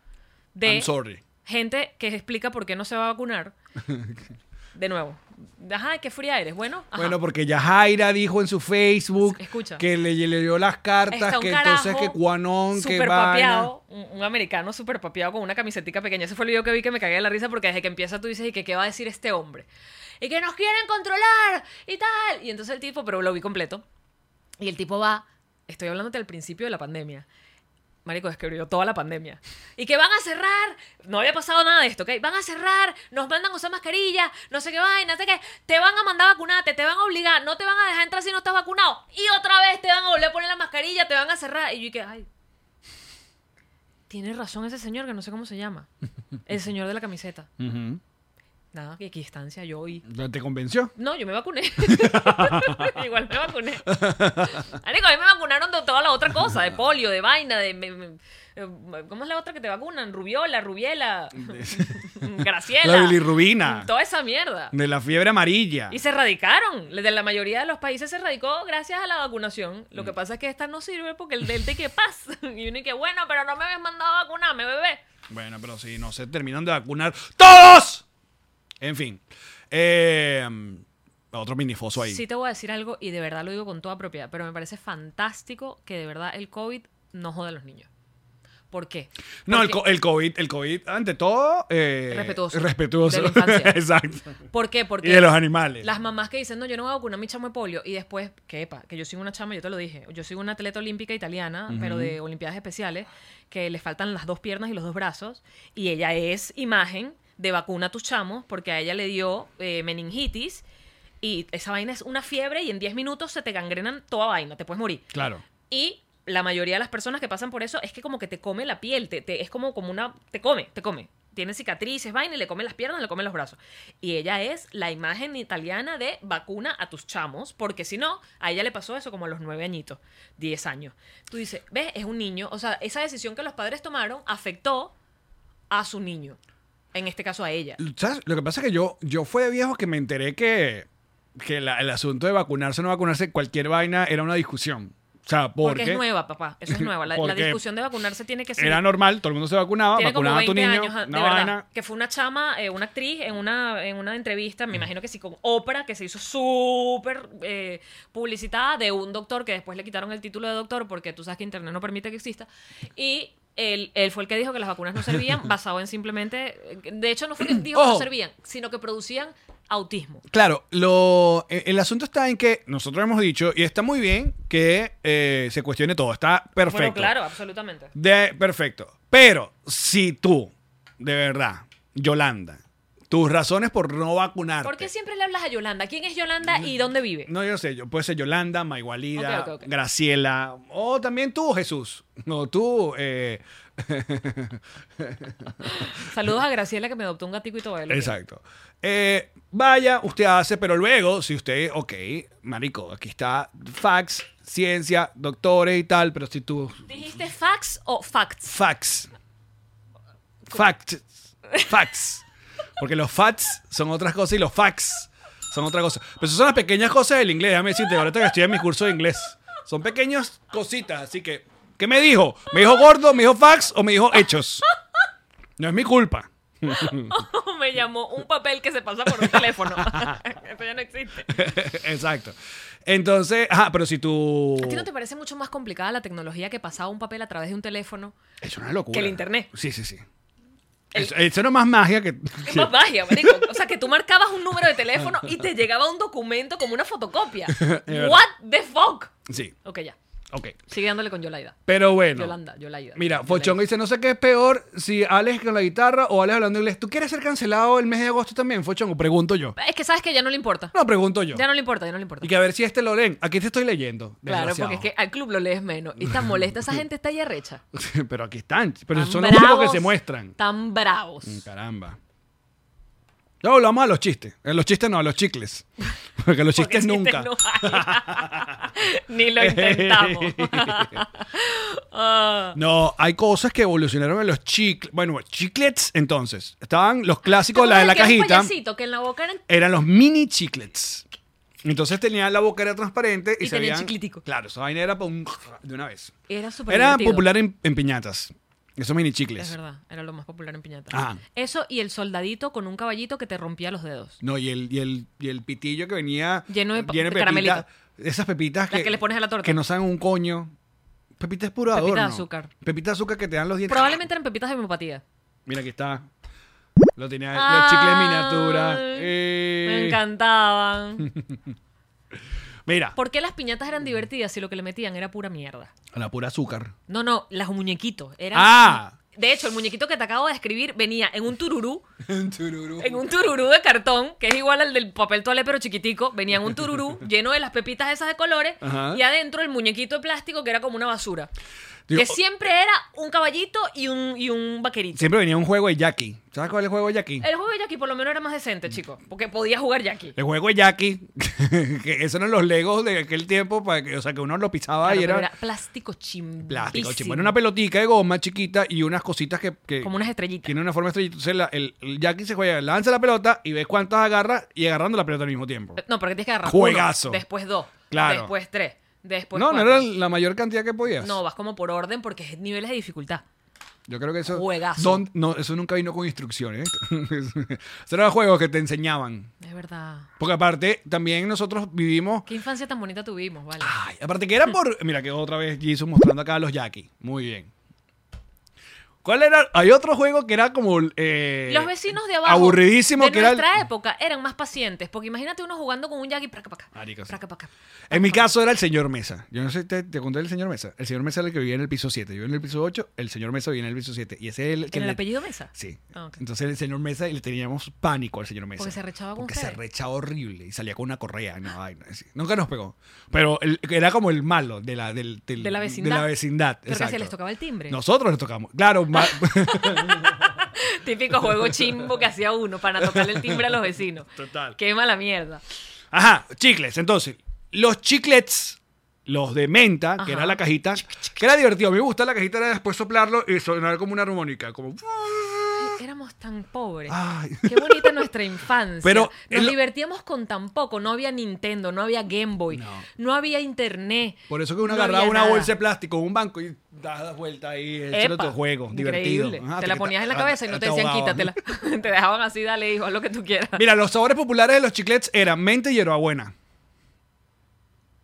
Speaker 6: de
Speaker 5: sorry.
Speaker 6: gente que explica por qué no se va a vacunar. De nuevo. Ajá, qué fría eres. Bueno, ajá.
Speaker 5: Bueno, porque ya Jaira dijo en su Facebook
Speaker 6: Escucha.
Speaker 5: que le, le dio las cartas,
Speaker 6: Está un
Speaker 5: que
Speaker 6: carajo
Speaker 5: entonces que Cuanón, que
Speaker 6: super
Speaker 5: va.
Speaker 6: papeado, un, un americano super papeado con una camisetica pequeña. Ese fue el video que vi que me cagué de la risa porque desde que empieza tú dices, ¿y que, qué va a decir este hombre? Y que nos quieren controlar y tal. Y entonces el tipo, pero lo vi completo. Y el tipo va, estoy hablándote al principio de la pandemia. Marico, es que abrió toda la pandemia. Y que van a cerrar. No había pasado nada de esto, ¿ok? Van a cerrar, nos mandan a usar mascarilla, no sé qué vaina, no sé qué. Te van a mandar a vacunarte, te van a obligar, no te van a dejar entrar si no estás vacunado. Y otra vez te van a volver a poner la mascarilla, te van a cerrar. Y yo y que, ay. Tiene razón ese señor que no sé cómo se llama. El señor de la camiseta. Nada, que equidistancia yo y.
Speaker 5: ¿No ¿Te convenció?
Speaker 6: No, yo me vacuné. Igual me vacuné. Marico, a mí me vacunaron de toda la otra cosa, de polio, de vaina, de... me- me- eh, ¿Cómo es la otra que te vacunan? Rubiola, rubiela, graciela.
Speaker 5: La bilirrubina.
Speaker 6: Toda esa mierda.
Speaker 5: De la fiebre amarilla.
Speaker 6: Y se erradicaron. De la mayoría de los países se erradicó gracias a la vacunación. Lo
Speaker 5: Mm.
Speaker 6: que pasa es que esta no sirve porque el delta y que paz. Y uno y que, bueno, pero no me habías mandado a vacunarme, bebé.
Speaker 5: Bueno, pero si no se terminan de vacunar todos. En fin. Eh, otro minifoso ahí.
Speaker 6: Sí te voy a decir algo y de verdad lo digo con toda propiedad, pero me parece fantástico que de verdad el COVID no joda a los niños. ¿Por qué?
Speaker 5: No, el,
Speaker 6: Porque-
Speaker 5: co- el COVID, el COVID, ante todo, eh,
Speaker 6: Respetuoso.
Speaker 5: respetuoso.
Speaker 6: De la infancia.
Speaker 5: Exacto.
Speaker 6: ¿Por qué? Porque
Speaker 5: Y de los animales.
Speaker 6: Las mamás que dicen, no, yo no voy a vacunar a mi chamo de polio. Y después, que epa, que yo soy una chama, yo te lo dije. Yo soy una atleta olímpica italiana, pero de Olimpiadas Especiales, que le faltan las dos piernas y los dos brazos. Y ella es imagen de vacuna a tus chamos, porque a ella le dio eh, meningitis. Y esa vaina es una fiebre y en 10 minutos se te gangrenan toda vaina, te puedes morir.
Speaker 5: Claro.
Speaker 6: Y la mayoría de las personas que pasan por eso es que como que te come la piel, te, te- es como, como una... te come, te come. Tiene cicatrices, vaina, y le come las piernas, le come los brazos. Y ella es la imagen italiana de vacuna a tus chamos, porque si no, a ella le pasó eso como a los nueve añitos, diez años. Tú dices, ves, es un niño. O sea, esa decisión que los padres tomaron afectó a su niño. En este caso a ella.
Speaker 5: ¿Sabes? Lo que pasa es que yo, yo fue de viejo que me enteré que, que la- el asunto de vacunarse o no vacunarse, cualquier vaina, era una discusión. O sea,
Speaker 6: Porque
Speaker 5: porque,
Speaker 6: es nueva, papá. Eso es nueva. La, la
Speaker 5: Porque
Speaker 6: discusión de vacunarse tiene que ser...
Speaker 5: era normal, todo el mundo se vacunaba,
Speaker 6: Tiene como
Speaker 5: vacunaban a
Speaker 6: 20
Speaker 5: tu niño,
Speaker 6: años, ah, de
Speaker 5: una
Speaker 6: verdad,
Speaker 5: vaina.
Speaker 6: que fue una chama, eh, una actriz, en una, en una entrevista, me imagino que sí, con Oprah, que se hizo súper eh, publicitada de un doctor que después le quitaron el título de doctor porque tú sabes que Internet no permite que exista. Y él, él fue el que dijo que las vacunas no servían basado en simplemente... De hecho, no fue que dijo que no
Speaker 5: Ojo.
Speaker 6: servían, sino que producían autismo.
Speaker 5: Claro, lo, e- el asunto está en que nosotros hemos dicho, y está muy bien que eh, se cuestione todo, está perfecto.
Speaker 6: Bueno, claro, absolutamente.
Speaker 5: De, perfecto. Pero si tú, de verdad, Yolanda, tus razones por no vacunarte.
Speaker 6: ¿Por qué siempre le hablas a Yolanda? ¿Quién es Yolanda y dónde vive?
Speaker 5: Mm. No, yo sé, yo, puede ser Yolanda, Maigualida,
Speaker 6: Ok, ok, ok.
Speaker 5: Graciela, o también tú, Jesús. No, tú, eh,
Speaker 6: Saludos a Graciela que me adoptó un gatito y todo. él.
Speaker 5: Exacto. Eh, vaya, usted hace, pero luego, si usted, ok, marico, aquí está fax, ciencia, doctores y tal, pero si tú,
Speaker 6: ¿Dijiste fax o facts?
Speaker 5: fax, facts, fax, porque los facts son otras cosas y los fax son otra cosa. Pero esas son las pequeñas cosas del inglés, déjame decirte, ahorita que estoy en mi curso de inglés, son pequeñas cositas, así que, ¿qué me dijo? ¿Me dijo gordo, me dijo fax o me dijo hechos? No es mi culpa.
Speaker 6: me llamó un papel que se pasa por un teléfono. Esto ya no existe.
Speaker 5: Exacto. Entonces, ajá, pero si tú.
Speaker 6: ¿A ti no te parece mucho más complicada la tecnología que pasaba un papel a través de un teléfono?
Speaker 5: Es una locura.
Speaker 6: que el internet.
Speaker 5: Sí, sí, sí. Eso, eso era más magia que.
Speaker 6: Es
Speaker 5: que-
Speaker 6: más magia, marico. O sea, que tú marcabas un número de teléfono y te llegaba un documento como una fotocopia.
Speaker 5: verdad.
Speaker 6: What the fuck?
Speaker 5: Sí,
Speaker 6: Ok, ya.
Speaker 5: ok.
Speaker 6: Sigue dándole con Yolaida.
Speaker 5: Pero bueno.
Speaker 6: Yolanda, Yolaida.
Speaker 5: Mira,
Speaker 6: Yolaida.
Speaker 5: Fochongo dice: No sé qué es peor si Alex con la guitarra o Alex hablando inglés. ¿Tú quieres ser cancelado el mes de agosto también, Fochongo? Pregunto yo.
Speaker 6: Es que sabes que ya no le importa.
Speaker 5: No, pregunto yo.
Speaker 6: Ya no le importa, ya no le importa.
Speaker 5: Y que a ver si este lo leen. Aquí te estoy leyendo.
Speaker 6: Claro,
Speaker 5: desgraciado.
Speaker 6: porque es que al club lo lees menos. Y tan molesta, esa gente está ahí arrecha.
Speaker 5: pero aquí están. Pero
Speaker 6: Tan
Speaker 5: son los únicos que
Speaker 6: bravos,
Speaker 5: se muestran. Mm.
Speaker 6: Tan bravos.
Speaker 5: Caramba. No, hablamos a los chistes. A los chistes no, a los chicles. Porque los
Speaker 6: Porque
Speaker 5: chistes
Speaker 6: este
Speaker 5: nunca.
Speaker 6: no hay. Ni lo intentamos. Ah,
Speaker 5: No, hay cosas que evolucionaron en los chicles. Bueno, chiclets entonces. Estaban los clásicos, la de la
Speaker 6: ¿Te acuerdas que era
Speaker 5: cajita.
Speaker 6: un payasito que en la boca eran-
Speaker 5: Eran los mini chiclets. Entonces tenían la boca era transparente y,
Speaker 6: Y
Speaker 5: se
Speaker 6: tenían
Speaker 5: veían-
Speaker 6: chicletico.
Speaker 5: Claro, esa vaina era pa' un- de una vez.
Speaker 6: Era súper
Speaker 5: Era
Speaker 6: divertido.
Speaker 5: popular en, en piñatas. Esos mini chicles.
Speaker 6: Es verdad, era lo más popular en piñata.
Speaker 5: Ajá.
Speaker 6: Eso y el soldadito con un caballito que te rompía los dedos.
Speaker 5: No, y el, y, el, y el pitillo que venía
Speaker 6: Lleno de pa-
Speaker 5: lleno
Speaker 6: de caramelito.
Speaker 5: pepitas, Esas pepitas que,
Speaker 6: Las que le pones a la torta.
Speaker 5: Que no saben un coño. Pepitas es puro
Speaker 6: Pepita de
Speaker 5: adorno.
Speaker 6: azúcar.
Speaker 5: Pepita de azúcar que te dan los dientes. Ah,
Speaker 6: Probablemente eran pepitas de homeopatía.
Speaker 5: Mira, aquí está. Lo tenía,
Speaker 6: Ay,
Speaker 5: los chicles en miniatura.
Speaker 6: Me
Speaker 5: Eh,
Speaker 6: encantaban.
Speaker 5: Mira,
Speaker 6: ¿Por qué las piñatas
Speaker 5: Mm.
Speaker 6: eran divertidas si lo que le metían era pura mierda?
Speaker 5: la pura azúcar.
Speaker 6: No, no, las muñequitos. Eran...
Speaker 5: Ah.
Speaker 6: De hecho, el muñequito que te acabo de escribir venía en un tururú. En un tururú de cartón, que es igual al del papel toalé, pero chiquitico. Venía en un tururú lleno de las pepitas esas de colores.
Speaker 5: Ajá.
Speaker 6: Y adentro el muñequito de plástico que era como una basura.
Speaker 5: Digo, oh.
Speaker 6: que siempre era un caballito y un, y un vaquerito.
Speaker 5: Siempre venía un juego de Jackie. ¿Sabes cuál es el juego de Jackie?
Speaker 6: El juego de Jackie por lo menos era más decente, chico. Porque podía jugar Jackie.
Speaker 5: El juego de Jackie. que esos eran los legos de aquel tiempo. Para que, o sea, que uno lo pisaba
Speaker 6: Claro,
Speaker 5: y
Speaker 6: pero
Speaker 5: era,
Speaker 6: era plástico chimbísimo.
Speaker 5: plástico. chimbón. Era una pelotica de goma chiquita y unas cositas que. que
Speaker 6: Como unas estrellitas.
Speaker 5: Tiene una forma estrellita. Entonces la- el, el Jackie se juega, lanza la pelota y ves cuántas agarra y agarrando la pelota al mismo tiempo.
Speaker 6: No, porque tienes que agarrar
Speaker 5: Juegazo.
Speaker 6: uno, después dos.
Speaker 5: Claro.
Speaker 6: Después tres. Después
Speaker 5: no, no
Speaker 6: cuatro.
Speaker 5: era la mayor cantidad que podías.
Speaker 6: No, vas como por orden porque es niveles de dificultad.
Speaker 5: Yo creo que eso.
Speaker 6: Juegazo.
Speaker 5: Don- no, eso nunca vino con instrucciones. Eso eran juegos que te enseñaban.
Speaker 6: Es verdad.
Speaker 5: Porque aparte, también nosotros vivimos.
Speaker 6: Qué infancia tan bonita tuvimos, ¿vale?
Speaker 5: Ay, aparte que era por. Mira, que otra vez Jason mostrando acá a los Jackie. Muy bien. ¿Cuál era? Hay otro juego que era como. eh,
Speaker 6: Los vecinos de abajo.
Speaker 5: Aburridísimo,
Speaker 6: de
Speaker 5: que era. el-
Speaker 6: nuestra época eran más pacientes. Porque imagínate uno jugando con un yagi para acá, para acá.
Speaker 5: Marica, sí.
Speaker 6: para acá, para acá.
Speaker 5: En mi caso era el señor Mesa. Yo no sé, te, te conté el señor Mesa. El señor Mesa era el que vivía en el piso 7. Yo vivía en el piso 8, el señor Mesa vivía en el piso 7. Y ese es el que.
Speaker 6: ¿En el
Speaker 5: le-
Speaker 6: apellido Mesa?
Speaker 5: Sí.
Speaker 6: Ah, ok.
Speaker 5: Entonces el señor Mesa y le teníamos pánico al señor Mesa.
Speaker 6: Porque se arrechaba con
Speaker 5: Porque se
Speaker 6: ustedes.
Speaker 5: arrechaba horrible y salía con una correa. y una vaina así. Nunca nos pegó. Pero el- era como el malo de la, del, del-
Speaker 6: De la vecindad.
Speaker 5: la vecindad,
Speaker 6: Pero casi
Speaker 5: exacto.
Speaker 6: les tocaba el timbre.
Speaker 5: Nosotros les tocamos. Claro, ma-
Speaker 6: Típico juego chimbo que hacía uno para tocarle el timbre a los vecinos.
Speaker 5: Total.
Speaker 6: Qué mala mierda.
Speaker 5: Ajá, chicles. Entonces, los chiclets, los de menta,
Speaker 6: Ajá.
Speaker 5: que era la cajita, que era divertido. Me gusta la cajita, era después soplarlo y sonar como una armónica. Como.
Speaker 6: Éramos tan pobres.
Speaker 5: Ay.
Speaker 6: Qué bonita nuestra infancia.
Speaker 5: Pero
Speaker 6: Nos
Speaker 5: el-
Speaker 6: divertíamos con tan poco. No había Nintendo, no había Game Boy, no, había Internet.
Speaker 5: Por eso que uno
Speaker 6: no
Speaker 5: agarraba
Speaker 6: había
Speaker 5: una
Speaker 6: nada.
Speaker 5: bolsa de plástico, un banco y das la vuelta ahí, echando
Speaker 6: Epa,
Speaker 5: tu juego, divertido. Ah,
Speaker 6: increíble.
Speaker 5: Ajá,
Speaker 6: te la ponías en la cabeza y no te, decían
Speaker 5: ahogaban.
Speaker 6: quítatela. te dejaban así, dale, hijo, haz lo que tú quieras.
Speaker 5: Mira, los sabores populares de los chiclets eran mente y hierbabuena.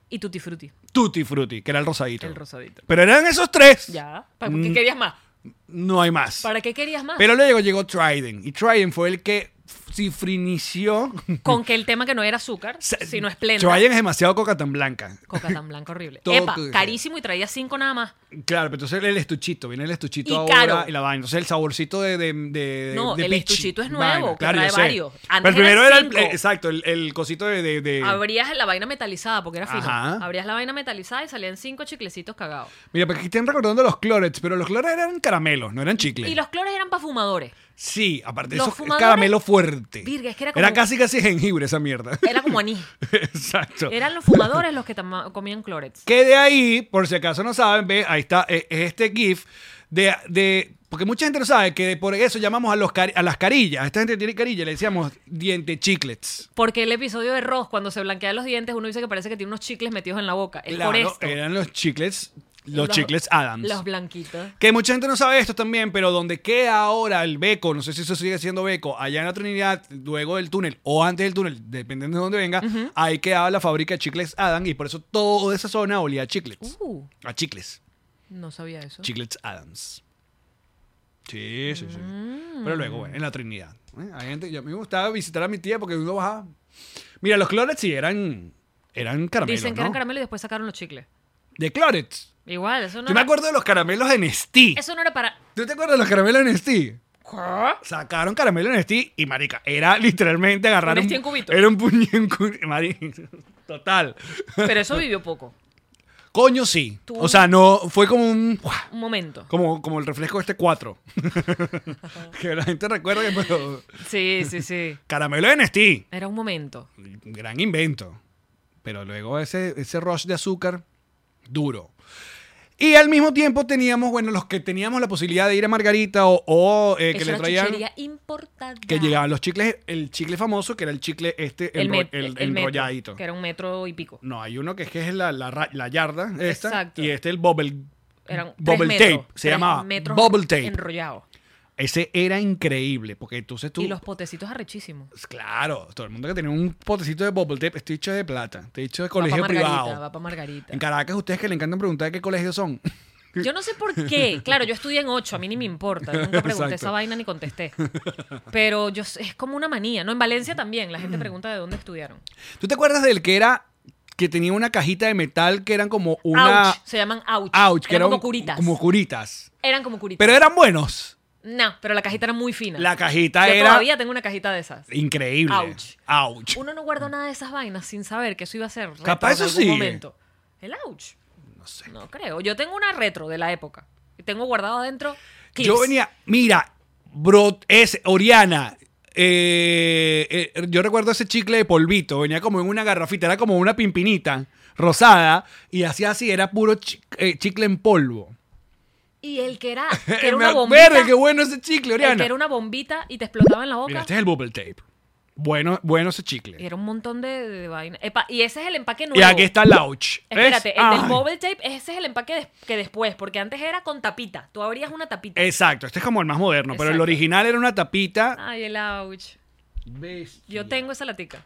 Speaker 6: Y tutti frutti,
Speaker 5: Tutti frutti, que era el rosadito.
Speaker 6: el rosadito.
Speaker 5: Pero eran esos tres.
Speaker 6: Ya. ¿Para qué querías más?
Speaker 5: No hay más.
Speaker 6: ¿Para qué querías más?
Speaker 5: Mm. Pero luego llegó Trident. Y Trident fue el que cifrinició.
Speaker 6: Con que el tema que no era azúcar, sino esplenda.
Speaker 5: Trident es demasiado coca tan blanca.
Speaker 6: Coca tan blanca horrible.
Speaker 5: Todo
Speaker 6: Epa,
Speaker 5: que-
Speaker 6: carísimo y traía cinco nada más.
Speaker 5: Claro, pero entonces el estuchito, viene el estuchito
Speaker 6: Y
Speaker 5: ahora
Speaker 6: caro.
Speaker 5: y la vaina. Entonces el saborcito de. de, de-
Speaker 6: No,
Speaker 5: de
Speaker 6: el
Speaker 5: peach,
Speaker 6: estuchito es
Speaker 5: vaina.
Speaker 6: nuevo, que
Speaker 5: Claro,
Speaker 6: trae
Speaker 5: yo sé.
Speaker 6: varios. Antes
Speaker 5: Pero primero
Speaker 6: eran
Speaker 5: era el,
Speaker 6: cinco. Ah,
Speaker 5: eh, exacto, el, el cosito de. de- de-
Speaker 6: Abrías la vaina metalizada porque era fino.
Speaker 5: Ajá.
Speaker 6: Abrías la vaina metalizada y salían cinco chiclecitos cagados.
Speaker 5: Mira, porque aquí están recordando los clorets, pero los clorets eran caramelos, no eran chicles.
Speaker 6: Y los clores eran para fumadores.
Speaker 5: Sí, aparte de
Speaker 6: Los
Speaker 5: eso, es
Speaker 6: fumadores-
Speaker 5: caramelo fuerte.
Speaker 6: Virga, es que era como-
Speaker 5: casi casi jengibre esa mierda.
Speaker 6: Era como anís.
Speaker 5: Exacto.
Speaker 6: Eran los fumadores los que tama- comían clorets.
Speaker 5: Que de ahí, por si acaso no saben, ve, ahí está, eh, es este GIF de, de- Porque mucha gente no sabe que por eso llamamos a, los cari- a las carillas. Esta gente tiene carilla, le decíamos diente chiclets.
Speaker 6: Porque el episodio de Ross, cuando se blanquean los dientes, uno dice que parece que tiene unos chicles metidos en la boca. Es Eh, por
Speaker 5: Claro,
Speaker 6: esto.
Speaker 5: eran los chiclets, los, chiclets Adams.
Speaker 6: Los blanquitos.
Speaker 5: que mucha gente no sabe esto también, pero donde queda ahora el beco, no sé si eso sigue siendo beco, allá en la Trinidad, luego del túnel o antes del túnel, dependiendo de dónde venga, ahí quedaba la fábrica de chiclets Adams y por eso toda esa zona olía a chiclets.
Speaker 6: Uh,
Speaker 5: A chicles.
Speaker 6: no sabía eso.
Speaker 5: Chiclets Adams. Sí, sí, sí.
Speaker 6: Mm.
Speaker 5: Pero luego, bueno, en la Trinidad. ¿eh? Hay gente, yo, a mí me gustaba visitar a mi tía porque uno bajaba. Mira, los clorets sí eran, eran caramelos.
Speaker 6: Dicen que eran
Speaker 5: ¿no?
Speaker 6: caramelos y después sacaron los chicles.
Speaker 5: De clorets.
Speaker 6: Igual, eso no.
Speaker 5: Yo me
Speaker 6: era-
Speaker 5: acuerdo de los caramelos de Nestí.
Speaker 6: Eso no era para.
Speaker 5: ¿Tú te acuerdas de los caramelos de Nestí? Sacaron caramelo de Nestí y marica, era literalmente agarrar
Speaker 6: Un Nestí en cubito.
Speaker 5: Era un puño en cubito. Marica, total.
Speaker 6: Pero eso vivió poco.
Speaker 5: Coño, sí.
Speaker 6: Tú-
Speaker 5: O sea, no, fue como un... ¡guau!
Speaker 6: Un momento.
Speaker 5: Como, como el refresco este 4. que la gente recuerda que pero,
Speaker 6: Sí, sí, sí.
Speaker 5: caramelo de Nestí.
Speaker 6: Era un momento.
Speaker 5: Gran invento. Pero luego ese, ese rush de azúcar, duro. Y al mismo tiempo teníamos, bueno, los que teníamos la posibilidad de ir a Margarita o, o, eh, que
Speaker 6: es
Speaker 5: le
Speaker 6: una
Speaker 5: traían...
Speaker 6: chuchería importada.
Speaker 5: Que llegaban los chicles, el chicle famoso, que era el chicle este,
Speaker 6: el,
Speaker 5: enro-
Speaker 6: met-
Speaker 5: el-
Speaker 6: el metro,
Speaker 5: enrolladito.
Speaker 6: que era un metro y pico.
Speaker 5: No, hay uno que es que es la, la, ra- la yarda esta.
Speaker 6: Exacto.
Speaker 5: Y este el bubble,
Speaker 6: Eran tres
Speaker 5: bubble
Speaker 6: metros,
Speaker 5: tape. Se
Speaker 6: tres
Speaker 5: llamaba
Speaker 6: metros
Speaker 5: bubble tape.
Speaker 6: enrollado.
Speaker 5: Ese era increíble, porque entonces tú...
Speaker 6: Y los potecitos arrechísimos.
Speaker 5: Pues Claro, todo el mundo que tenía un potecito de bubble tape, este dicho es de plata, este dicho es de colegio
Speaker 6: va pa' Margarita,
Speaker 5: privado.
Speaker 6: va pa' Margarita.
Speaker 5: En Caracas, ustedes que le encantan preguntar qué colegios son.
Speaker 6: Yo no sé por qué. Claro, yo estudié en 8, a mí ni me importa. Yo Nunca pregunté
Speaker 5: Exacto.
Speaker 6: esa vaina ni contesté. Pero yo, es como una manía. No, en Valencia también. La
Speaker 5: Mm.
Speaker 6: gente pregunta de dónde estudiaron.
Speaker 5: ¿Tú te acuerdas del que era, que tenía una cajita de metal que eran como una...
Speaker 6: Ouch. Se llaman ouch.
Speaker 5: Ouch, que era
Speaker 6: eran como
Speaker 5: un-
Speaker 6: curitas.
Speaker 5: Como curitas.
Speaker 6: Eran como curitas.
Speaker 5: Pero eran buenos.
Speaker 6: No, pero la cajita era muy fina.
Speaker 5: La cajita
Speaker 6: Yo
Speaker 5: era
Speaker 6: todavía tengo una cajita de esas.
Speaker 5: increíble.
Speaker 6: Ouch.
Speaker 5: Ouch.
Speaker 6: Uno no guardó nada de esas vainas sin saber que eso iba a ser. retro
Speaker 5: Capaz
Speaker 6: en
Speaker 5: eso
Speaker 6: algún
Speaker 5: sigue.
Speaker 6: momento. El ouch.
Speaker 5: No sé.
Speaker 6: No creo. Yo tengo una retro de la época. Y Tengo guardado adentro. clips.
Speaker 5: Yo venía, mira, bro, es Oriana. eh, eh, yo recuerdo ese chicle de polvito, venía como en una garrafita, era como una pimpinita rosada y hacía así, era puro chi- eh, chicle en polvo. Eh,
Speaker 6: Y el que era, que era
Speaker 5: Me
Speaker 6: una
Speaker 5: acuerdo,
Speaker 6: bombita.
Speaker 5: qué bueno ese chicle,
Speaker 6: el que
Speaker 5: Oriana. este.
Speaker 6: era una bombita y te explotaba en la boca.
Speaker 5: Mira, este es el bubble tape. Bueno, bueno ese chicle.
Speaker 6: Era un montón de, de vaina. Epa, y ese es el empaque nuevo.
Speaker 5: Y aquí está Lauch.
Speaker 6: Espérate,
Speaker 5: ¿Ves?
Speaker 6: el del
Speaker 5: Ay.
Speaker 6: bubble tape, ese es el empaque des- que después, porque antes era con tapita. Tú abrías una tapita.
Speaker 5: Exacto, este es como el más moderno, pero el
Speaker 6: Exacto. Ah,
Speaker 5: original era una tapita.
Speaker 6: Ay, el ouch. Yo tengo esa latica.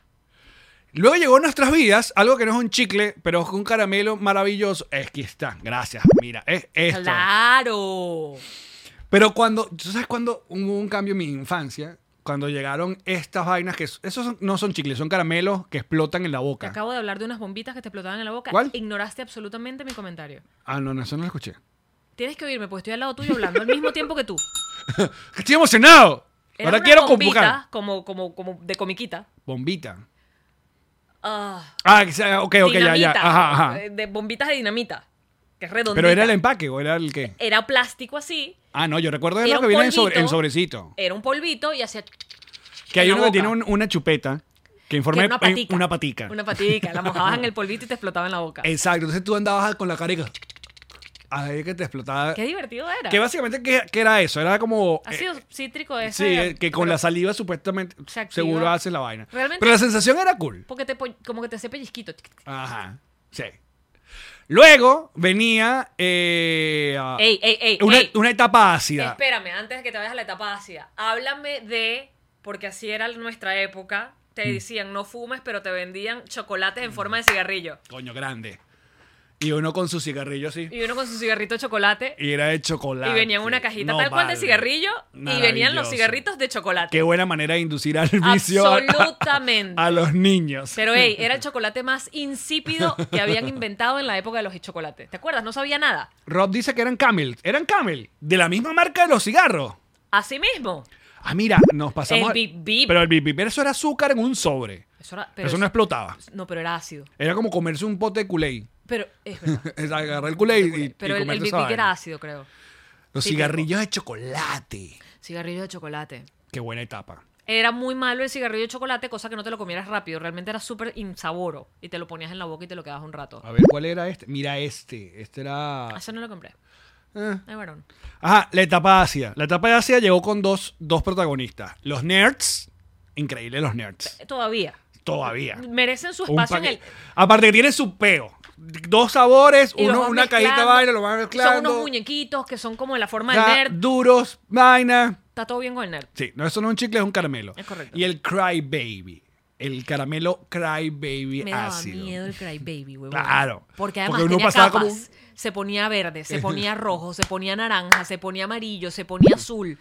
Speaker 5: Luego llegó a nuestras vidas algo que no es un chicle, pero es un caramelo maravilloso. Aquí está, gracias. Mira, es esto.
Speaker 6: ¡Claro!
Speaker 5: Pero cuando, ¿tú sabes cuando hubo un cambio en mi infancia? Cuando llegaron estas vainas que esos son- no son chicles, son caramelos que explotan en la
Speaker 6: Te
Speaker 5: boca.
Speaker 6: acabo de hablar de unas bombitas que te explotaban en la boca.
Speaker 5: ¿Cuál?
Speaker 6: Ignoraste absolutamente mi comentario.
Speaker 5: Ah, no, no, eso no lo escuché.
Speaker 6: Tienes que oírme, porque estoy al lado tuyo hablando al mismo tiempo que tú.
Speaker 5: Estoy emocionado.
Speaker 6: Era
Speaker 5: Ahora
Speaker 6: una
Speaker 5: quiero
Speaker 6: bombita,
Speaker 5: convocar.
Speaker 6: Como, como, como de comiquita.
Speaker 5: Bombita.
Speaker 6: Ah,
Speaker 5: Ah, que sea- ok, ok, ya, ya.
Speaker 6: dinamita.
Speaker 5: Ajá, ajá.
Speaker 6: Eh, De bombitas de dinamita. Que es redondita.
Speaker 5: Pero era el em- empaque o era el qué?
Speaker 6: Era plástico así.
Speaker 5: Ah, no, yo recuerdo
Speaker 6: Eh, Era
Speaker 5: lo que
Speaker 6: un
Speaker 5: viene en, sobre-
Speaker 6: polvito.
Speaker 5: en sobrecito.
Speaker 6: Era un polvito y hacía...
Speaker 5: Que hay
Speaker 6: en la
Speaker 5: uno que tiene
Speaker 6: boca.
Speaker 5: un- una chupeta que informa
Speaker 6: que era una patica.
Speaker 5: una patica.
Speaker 6: Una patica. La mojabas en el polvito y te explotaba en la boca.
Speaker 5: Exacto, entonces tú andabas con la cara y que- Ay, que te explotaba.
Speaker 6: Qué divertido era.
Speaker 5: Que básicamente, ¿qué, qué era eso? Era como...
Speaker 6: ha sido cítrico
Speaker 5: eh,
Speaker 6: ese.
Speaker 5: sí, eh, que con la saliva supuestamente
Speaker 6: Se activa.
Speaker 5: seguro haces la vaina.
Speaker 6: Realmente-
Speaker 5: Pero la sensación era cool.
Speaker 6: Porque te, po- como que te hace pellizquito.
Speaker 5: Ajá, sí. Luego venía eh, ah,
Speaker 6: Ey, ey, ey,
Speaker 5: una,
Speaker 6: ey.
Speaker 5: una etapa ácida.
Speaker 6: Espérame, antes de que te vayas a la etapa ácida, háblame de, porque así era nuestra época, te
Speaker 5: Mm.
Speaker 6: decían no fumes, pero te vendían chocolates en forma de cigarrillo.
Speaker 5: Coño, grande. Y uno con su cigarrillo así.
Speaker 6: Y uno con su cigarrito de chocolate
Speaker 5: Y era de chocolate.
Speaker 6: y venía en una cajita
Speaker 5: No,
Speaker 6: tal cual de
Speaker 5: vale.
Speaker 6: cigarrillo y venían los
Speaker 5: Maravilloso.
Speaker 6: cigarritos de chocolate.
Speaker 5: Qué buena manera de inducir al vicio a-
Speaker 6: Absolutamente.
Speaker 5: a, los niños.
Speaker 6: Pero hey, era el chocolate más insípido que habían inventado en la época de los chocolates. ¿Te acuerdas? No sabía nada.
Speaker 5: Rob dice que eran Camel. Eran Camel. De la misma marca de los cigarros.
Speaker 6: Así mismo.
Speaker 5: Ah, mira, nos pasamos.
Speaker 6: El Bip Bip.
Speaker 5: Pero el Bip Bip, eso era azúcar en un sobre.
Speaker 6: Eso, era- pero
Speaker 5: Eso no explotaba.
Speaker 6: No, pero era ácido.
Speaker 5: Era como comerse un pote de Kool-Aid.
Speaker 6: Pero es verdad.
Speaker 5: Es Agarrar el Kool-Aid y, y
Speaker 6: Pero el,
Speaker 5: comerte esa
Speaker 6: el Big Big
Speaker 5: vaina.
Speaker 6: era ácido, creo.
Speaker 5: Los
Speaker 6: típico.
Speaker 5: cigarrillos de chocolate.
Speaker 6: Cigarrillo de chocolate.
Speaker 5: Qué buena etapa.
Speaker 6: Era muy malo el cigarrillo de chocolate, cosa que no te lo comieras rápido. Realmente era súper insaboro. Y te lo ponías en la boca y te lo quedabas un rato.
Speaker 5: A ver, ¿cuál era este? Mira este. Este era...
Speaker 6: Ah, Eso no lo compré.
Speaker 5: Eh.
Speaker 6: Ay, varón.
Speaker 5: Ajá, la etapa ácida. La etapa ácida llegó con dos, dos protagonistas. Los nerds. Increíble los nerds.
Speaker 6: Todavía.
Speaker 5: Todavía.
Speaker 6: Merecen su
Speaker 5: Un
Speaker 6: espacio en
Speaker 5: paque-
Speaker 6: el.
Speaker 5: Aparte que tiene su peo. Dos sabores,
Speaker 6: y los
Speaker 5: uno,
Speaker 6: van
Speaker 5: una cajita de
Speaker 6: mezclando.
Speaker 5: vaina, lo van mezclando.
Speaker 6: Son unos muñequitos que son como de la forma
Speaker 5: Ya,
Speaker 6: del nerd.
Speaker 5: Duros, vaina.
Speaker 6: Está todo bien con el nerd.
Speaker 5: Sí, no, eso no es un chicle, es un caramelo.
Speaker 6: Es correcto.
Speaker 5: Y el Cry Baby. El caramelo Cry Baby
Speaker 6: Me daba
Speaker 5: ácido.
Speaker 6: miedo el crybaby, huevón.
Speaker 5: Claro.
Speaker 6: Porque además
Speaker 5: Porque uno
Speaker 6: tenía
Speaker 5: pasaba
Speaker 6: capas.
Speaker 5: como
Speaker 6: Se ponía verde, se ponía rojo, se ponía naranja, se ponía amarillo, se ponía azul.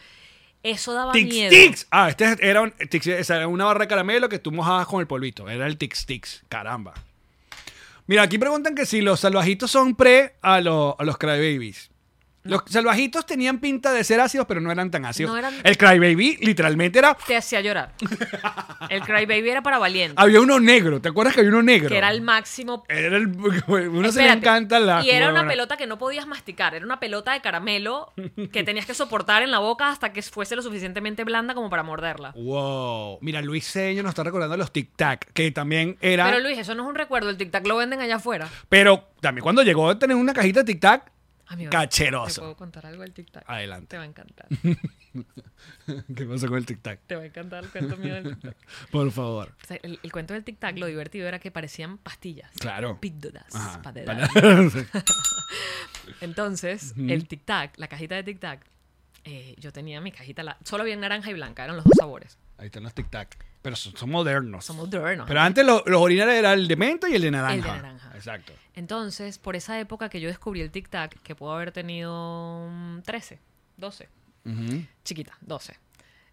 Speaker 6: Eso daba
Speaker 5: Tix
Speaker 6: miedo.
Speaker 5: Tix. Ah, este era, un- Tix- esa era una barra de caramelo que tú mojabas con el polvito. Era el Tix Tix. Caramba. Mira, aquí preguntan que si los salvajitos son pre a, lo- a los Crybabies. Los salvajitos tenían pinta de ser ácidos, pero no eran tan ácidos.
Speaker 6: No eran-
Speaker 5: El Crybaby literalmente era.
Speaker 6: Te hacía llorar. El crybaby era para valiente,
Speaker 5: Había uno negro. ¿Te acuerdas que había uno negro?
Speaker 6: que era el máximo.
Speaker 5: Era el. Uno se le
Speaker 6: Espérate.
Speaker 5: encanta la.
Speaker 6: Y era una
Speaker 5: bueno,
Speaker 6: pelota que no podías masticar. Era una pelota de caramelo que tenías que soportar en la boca hasta que fuese lo suficientemente blanda como para morderla.
Speaker 5: Wow. Mira, Luis Seño nos está recordando los Tic Tac, que también era.
Speaker 6: Pero Luis, eso no es un recuerdo. El tic-tac lo venden allá afuera.
Speaker 5: Pero también cuando llegó a tener una cajita de Tic Tac,
Speaker 6: Amigo, ¿Te
Speaker 5: cacheroso.
Speaker 6: puedo contar algo del tic-tac?
Speaker 5: Adelante.
Speaker 6: Te va a encantar.
Speaker 5: ¿Qué pasó con el Tic Tac?
Speaker 6: Te va a encantar el cuento mío del tic-tac.
Speaker 5: Por favor.
Speaker 6: O sea, el, el cuento del tic-tac, lo divertido era que parecían pastillas.
Speaker 5: Claro.
Speaker 6: Píldoras.
Speaker 5: Ajá.
Speaker 6: pa'
Speaker 5: Para-
Speaker 6: dedar. Entonces, el tic-tac, la cajita de tic-tac, eh, yo tenía mi cajita, la- solo había naranja y blanca, eran los dos sabores.
Speaker 5: Ahí están los Tic Tac. Pero son, son modernos.
Speaker 6: Son modernos.
Speaker 5: Pero antes lo- los originales era el de menta y el de naranja.
Speaker 6: El de naranja.
Speaker 5: Exacto.
Speaker 6: Entonces, por esa época que yo descubrí el tic-tac, que puedo haber tenido mm, 13, 12, chiquita, 12,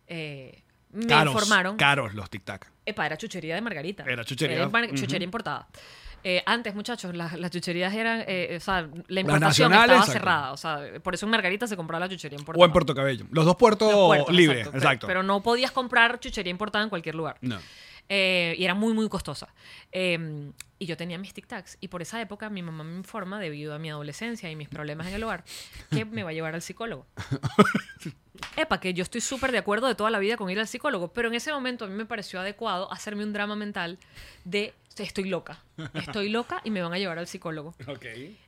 Speaker 6: eh, me
Speaker 5: Caros,
Speaker 6: informaron.
Speaker 5: Caros los Tic Tac.
Speaker 6: Epa, era chuchería de Margarita.
Speaker 5: Era chuchería.
Speaker 6: Era mar-
Speaker 5: Ujú.
Speaker 6: chuchería importada. Eh, antes, muchachos, las, las chucherías eran, eh, o sea, la importación
Speaker 5: nacionales,
Speaker 6: estaba
Speaker 5: exacto.
Speaker 6: cerrada. O sea, por eso en Margarita se compraba la chuchería importada.
Speaker 5: O en Puerto Cabello. Los dos puertos,
Speaker 6: Los puertos,
Speaker 5: libres.
Speaker 6: exacto,
Speaker 5: Exacto.
Speaker 6: pero- Pero, no podías comprar chuchería importada en cualquier lugar.
Speaker 5: No.
Speaker 6: Eh, y era muy, muy costosa. Eh, y yo tenía mis tic-tacs. Y por esa época mi mamá me informa, debido a mi adolescencia y mis problemas en el hogar, que me va a llevar al psicólogo. Epa, que yo estoy súper de acuerdo de toda la vida con ir al psicólogo, pero en ese momento a mí me pareció adecuado hacerme un drama mental de estoy loca, estoy loca y me van a llevar al psicólogo.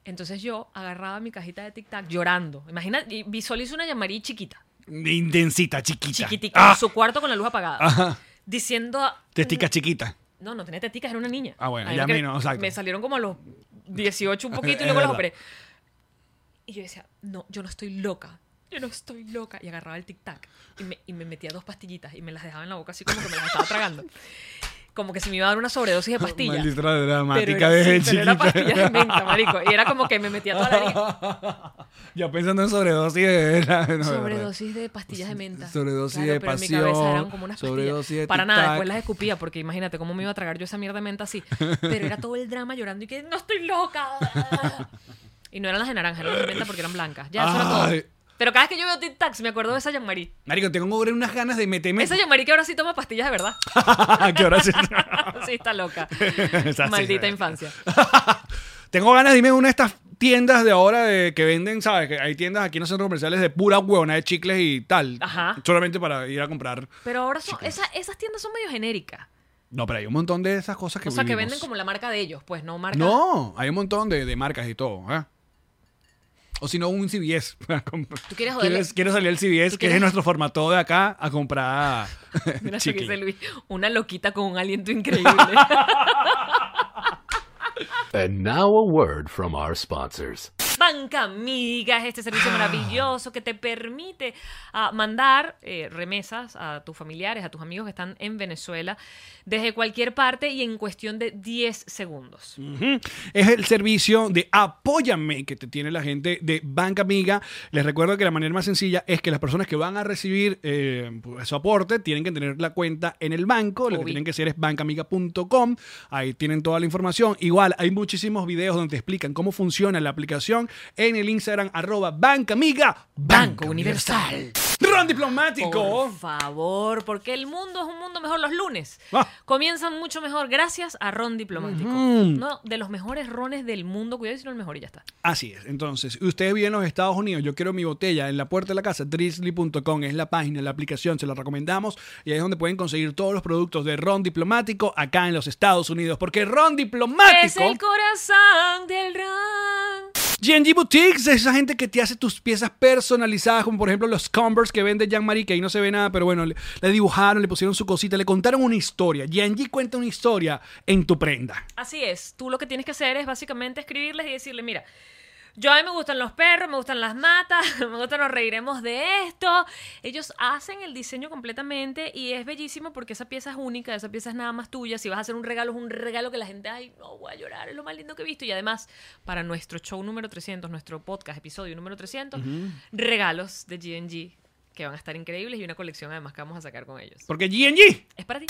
Speaker 6: Entonces yo agarraba mi cajita de tic-tac llorando. Imagina, y visualizo una llamarí chiquita
Speaker 5: Intensita, chiquita.
Speaker 6: chiquitica,
Speaker 5: Ah,
Speaker 6: en su cuarto con la luz apagada. diciendo.
Speaker 5: Testicas chiquitas.
Speaker 6: No, no tenía teticas, era una niña.
Speaker 5: Ah, bueno,
Speaker 6: Además
Speaker 5: ya
Speaker 6: que
Speaker 5: menos, exacto.
Speaker 6: Me salieron como a los 18 un poquito y
Speaker 5: Es
Speaker 6: luego las
Speaker 5: verdad.
Speaker 6: operé. Y yo decía, no, yo no estoy loca. Yo no estoy loca. Y agarraba el tic-tac y me, y me metía dos pastillitas y me las dejaba en la boca así como que me las estaba tragando. Como que se me iba a dar una sobredosis de pastillas.
Speaker 5: Maldita la
Speaker 6: Pero
Speaker 5: dramática
Speaker 6: era,
Speaker 5: desde
Speaker 6: sí, pero era
Speaker 5: chiquita.
Speaker 6: pastillas de menta, marico. Y era como que me metía toda la vida.
Speaker 5: Ya pensando en sobredosis de. la- no, de verdad. Pues,
Speaker 6: Sobredosis de pastillas de menta.
Speaker 5: Sobredosis de
Speaker 6: pero en mi
Speaker 5: pasión,
Speaker 6: cabeza eran como unas pastillas.
Speaker 5: sobredosis de
Speaker 6: Para nada,
Speaker 5: tic-tac.
Speaker 6: después las escupía, porque imagínate cómo me iba a tragar yo esa mierda de menta así. Pero era todo el drama llorando y que no estoy loca. Y no eran las de naranja, eran las de menta porque eran blancas. Ya, eso era
Speaker 5: Ay.
Speaker 6: todo. Pero cada vez que yo veo Tic Tacs me acuerdo de esa Jean-Marie.
Speaker 5: Marico, tengo ahora unas ganas de meterme.
Speaker 6: Esa Jean-Marie que ahora sí toma pastillas de verdad.
Speaker 5: ¿Qué hora es?
Speaker 6: sí, está loca.
Speaker 5: Esa sí,
Speaker 6: Maldita
Speaker 5: ¿verdad?
Speaker 6: infancia.
Speaker 5: Tengo ganas de irme a una de estas tiendas de ahora de, que venden, ¿sabes? Que hay tiendas aquí en los centros comerciales de pura huevona de chicles y tal.
Speaker 6: Ajá.
Speaker 5: Solamente para ir a comprar.
Speaker 6: Pero ahora son, esa- esas tiendas son medio genéricas.
Speaker 5: No, pero hay un montón de esas cosas que
Speaker 6: O sea, que
Speaker 5: vivimos.
Speaker 6: venden como la marca de ellos, pues, no marca.
Speaker 5: No, hay un montón de, de marcas y todo. ¿eh? O si no, un CBS. ¿Tú
Speaker 6: quieres joderle-
Speaker 5: quiero salir al CBS,
Speaker 6: ¿Tú
Speaker 5: que es
Speaker 6: quieres-
Speaker 5: nuestro formato de acá, a comprar
Speaker 6: Mira lo que dice
Speaker 5: chicle.
Speaker 6: Luis. Una loquita con un aliento increíble.
Speaker 7: And now a word from our sponsors.
Speaker 6: Banca Amiga es este
Speaker 5: Ah.
Speaker 6: servicio maravilloso que te permite ah, mandar eh, remesas a tus familiares, a tus amigos que están en Venezuela, desde cualquier parte y en cuestión de 10 segundos.
Speaker 5: Ujú. Es el servicio de Apóyame que te tiene la gente de Banca Amiga. Les recuerdo que la manera más sencilla es que las personas que van a recibir eh, pues, su aporte tienen que tener la cuenta en el banco. Lo que
Speaker 6: Obvio.
Speaker 5: tienen que hacer es bancamiga.com. Ahí tienen toda la información. Igual hay muchísimos videos donde te explican cómo funciona la aplicación en el Instagram arroba Banca Amiga.
Speaker 6: Banco Universal.
Speaker 5: Ron diplomático.
Speaker 6: Por favor, porque el mundo es un mundo mejor los lunes.
Speaker 5: Ah.
Speaker 6: Comienzan mucho mejor gracias a Ron Diplomático. Uno de los mejores rones del mundo. Cuidado si no el mejor y ya está.
Speaker 5: Así es. Entonces, ustedes viven en los Estados Unidos, yo quiero mi botella en la puerta de la casa, drizzly.com es la página, la aplicación, se la recomendamos y ahí es donde pueden conseguir todos los productos de Ron Diplomático acá en los Estados Unidos, porque Ron
Speaker 6: Es el
Speaker 5: Diplomático,
Speaker 6: corazón del ron.
Speaker 5: G&G Boutiques, es esa gente que te hace tus piezas personalizadas, como por ejemplo los Converse que vende Jean-Marie, que ahí no se ve nada, pero bueno, le, le dibujaron, le pusieron su cosita, le contaron una historia. G&G cuenta una historia en tu prenda.
Speaker 6: Así es. Tú lo que tienes que hacer es básicamente escribirles y decirle, mira, yo a mí me gustan los perros, me gustan las matas, me gustan, nos reiremos de esto. Ellos hacen el diseño completamente y es bellísimo porque esa pieza es única, esa pieza es nada más tuya. Si vas a hacer un regalo, es un regalo que la gente, ay, no, voy a llorar, es lo más lindo que he visto. Y además, para nuestro show número 300, nuestro podcast, episodio número 300, regalos de GNG que van a estar increíbles y una colección además que vamos a sacar con ellos.
Speaker 5: Porque G&G
Speaker 6: Es para ti.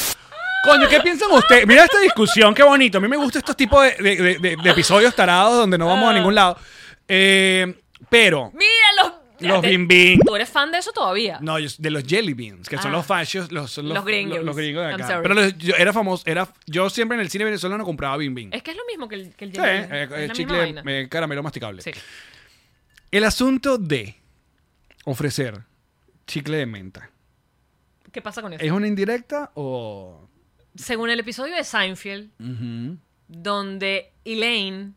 Speaker 5: Coño, ¿qué piensan ustedes? Mira esta discusión, qué bonito. A mí me gustan estos tipos de, de- de- de- de episodios tarados donde no
Speaker 6: Ah.
Speaker 5: vamos a ningún lado. Eh, pero,
Speaker 6: Mira los...
Speaker 5: Los
Speaker 6: te-
Speaker 5: bim bim.
Speaker 6: Tú eres fan de eso todavía.
Speaker 5: no, yo- de los jelly beans, que son
Speaker 6: Ah.
Speaker 5: los fascios, los, son
Speaker 6: Los gringos.
Speaker 5: Los, gringos de
Speaker 6: I'm
Speaker 5: acá.
Speaker 6: sorry.
Speaker 5: Pero los- yo era famoso, era, yo siempre en el cine venezolano compraba bim bim.
Speaker 6: Es que es lo mismo que el, que el
Speaker 5: Sí,
Speaker 6: Jelly
Speaker 5: eh,
Speaker 6: Bean,
Speaker 5: eh,
Speaker 6: es la misma
Speaker 5: chicle,
Speaker 6: vaina.
Speaker 5: eh, caramelo masticable.
Speaker 6: Sí.
Speaker 5: El asunto de ofrecer chicle de menta,
Speaker 6: ¿Qué pasa con eso?
Speaker 5: ¿es una indirecta o...?
Speaker 6: Según el episodio de Seinfeld,
Speaker 5: Mm.
Speaker 6: donde Elaine.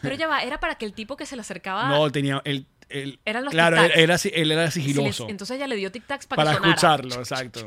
Speaker 6: Pero ya va, era para que el tipo que se le acercaba.
Speaker 5: No, tenía... El, el-
Speaker 6: Eran los
Speaker 5: Claro, él
Speaker 6: tic-tacs.
Speaker 5: era, si- él era
Speaker 6: si les-
Speaker 5: sigiloso.
Speaker 6: entonces ella le dio tic-tacs para,
Speaker 5: para
Speaker 6: que sonara.
Speaker 5: escucharlo, exacto.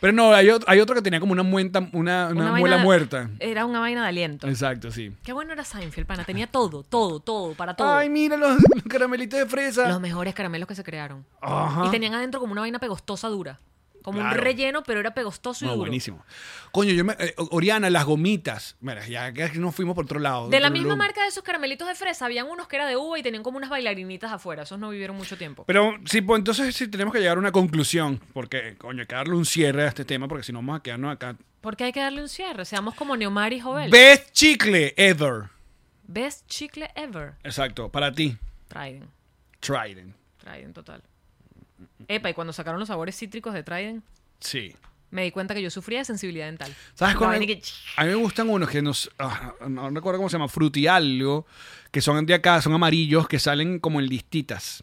Speaker 5: Pero no, hay otro, hay otro que tenía como una, muenta, una, una
Speaker 6: Una
Speaker 5: muela
Speaker 6: vaina-
Speaker 5: muerta.
Speaker 6: Era una vaina de aliento.
Speaker 5: Exacto, sí.
Speaker 6: Qué bueno era Seinfeld, pana. Tenía todo, todo, todo, para todo.
Speaker 5: Ay, mira los, los caramelitos de fresa.
Speaker 6: Los mejores caramelos que se crearon.
Speaker 5: Ajá.
Speaker 6: Y tenían adentro como una vaina pegostosa dura. Como un
Speaker 5: Claro.
Speaker 6: relleno, pero era pegostoso y
Speaker 5: No,
Speaker 6: duro.
Speaker 5: buenísimo. Coño, yo me, eh, Oriana, las gomitas. Mira, ya que nos fuimos por otro lado.
Speaker 6: De la
Speaker 5: otro
Speaker 6: misma
Speaker 5: rumbo.
Speaker 6: marca de esos caramelitos de fresa, habían unos que era de uva y tenían como unas bailarinitas afuera. Esos no vivieron mucho tiempo.
Speaker 5: Pero sí, pues entonces sí tenemos que llegar a una conclusión. Porque, coño, hay que darle un cierre a este tema, porque si no vamos a quedarnos acá.
Speaker 6: Porque hay que darle un cierre. Seamos como Neomar y Joel.
Speaker 5: Best chicle ever.
Speaker 6: Best chicle ever.
Speaker 5: Exacto, para ti.
Speaker 6: Trident.
Speaker 5: Trident.
Speaker 6: Trident total. Epa, y cuando sacaron los sabores cítricos de Trident,
Speaker 5: Sí.
Speaker 6: me di cuenta que yo sufría de sensibilidad dental.
Speaker 5: ¿Sabes
Speaker 6: La
Speaker 5: cuál?
Speaker 6: vaina que-
Speaker 5: A mí me gustan unos que nos, ah, no no recuerdo cómo se llama, fruti algo, que son de acá, son amarillos, que salen como en listitas.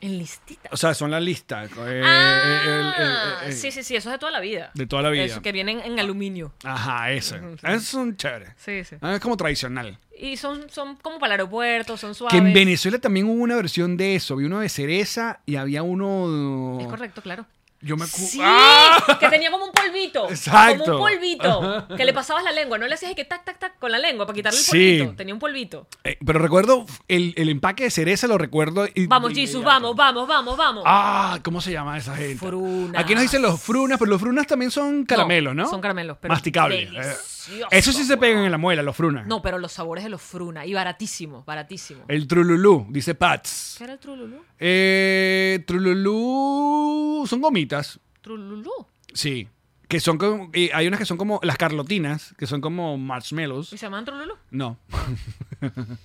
Speaker 6: En listita.
Speaker 5: O sea, son la lista. eh, eh,
Speaker 6: ah,
Speaker 5: el- el- el-
Speaker 6: sí, sí, sí. Eso es de toda la vida.
Speaker 5: De toda la vida.
Speaker 6: Eso, que vienen en aluminio.
Speaker 5: eh. Ajá, ese. Esos son chéveres.
Speaker 6: Sí, sí.
Speaker 5: Ah, es como tradicional.
Speaker 6: Y son, son como para el aeropuerto, son
Speaker 5: Que
Speaker 6: suaves.
Speaker 5: en Venezuela también hubo una versión de eso. Vi uno de cereza y había uno.
Speaker 6: Es correcto, claro.
Speaker 5: Yo me acu-
Speaker 6: Sí,
Speaker 5: ¡Ah!
Speaker 6: que tenía como un polvito.
Speaker 5: Exacto.
Speaker 6: Como un polvito. Que le pasabas la lengua. No le hacías que tac, tac, tac con la lengua para quitarle el
Speaker 5: Sí.
Speaker 6: polvito. Tenía un polvito.
Speaker 5: Eh, pero recuerdo el, el empaque de cereza, lo recuerdo. y-
Speaker 6: Vamos,
Speaker 5: y-
Speaker 6: Jesus, vamos, vamos, vamos, vamos.
Speaker 5: Ah, ¿cómo se llama esa gente?
Speaker 6: Frunas.
Speaker 5: Aquí nos dicen los frunas, pero los frunas también son caramelos, ¿no?
Speaker 6: son caramelos, pero
Speaker 5: Masticables.
Speaker 6: deliciosos,
Speaker 5: Eh, Eso sí se pegan en la muela, los frunas.
Speaker 6: No, pero los sabores de los fruna. Y baratísimo, baratísimo.
Speaker 5: El trululú, dice Pats.
Speaker 6: ¿Qué era el trululú?
Speaker 5: Eh, trululú son gomitas,
Speaker 6: Trululú.
Speaker 5: sí. Que son como, y hay unas que son como las carlotinas, que son como marshmallows.
Speaker 6: ¿Y se llaman trululú?
Speaker 5: No.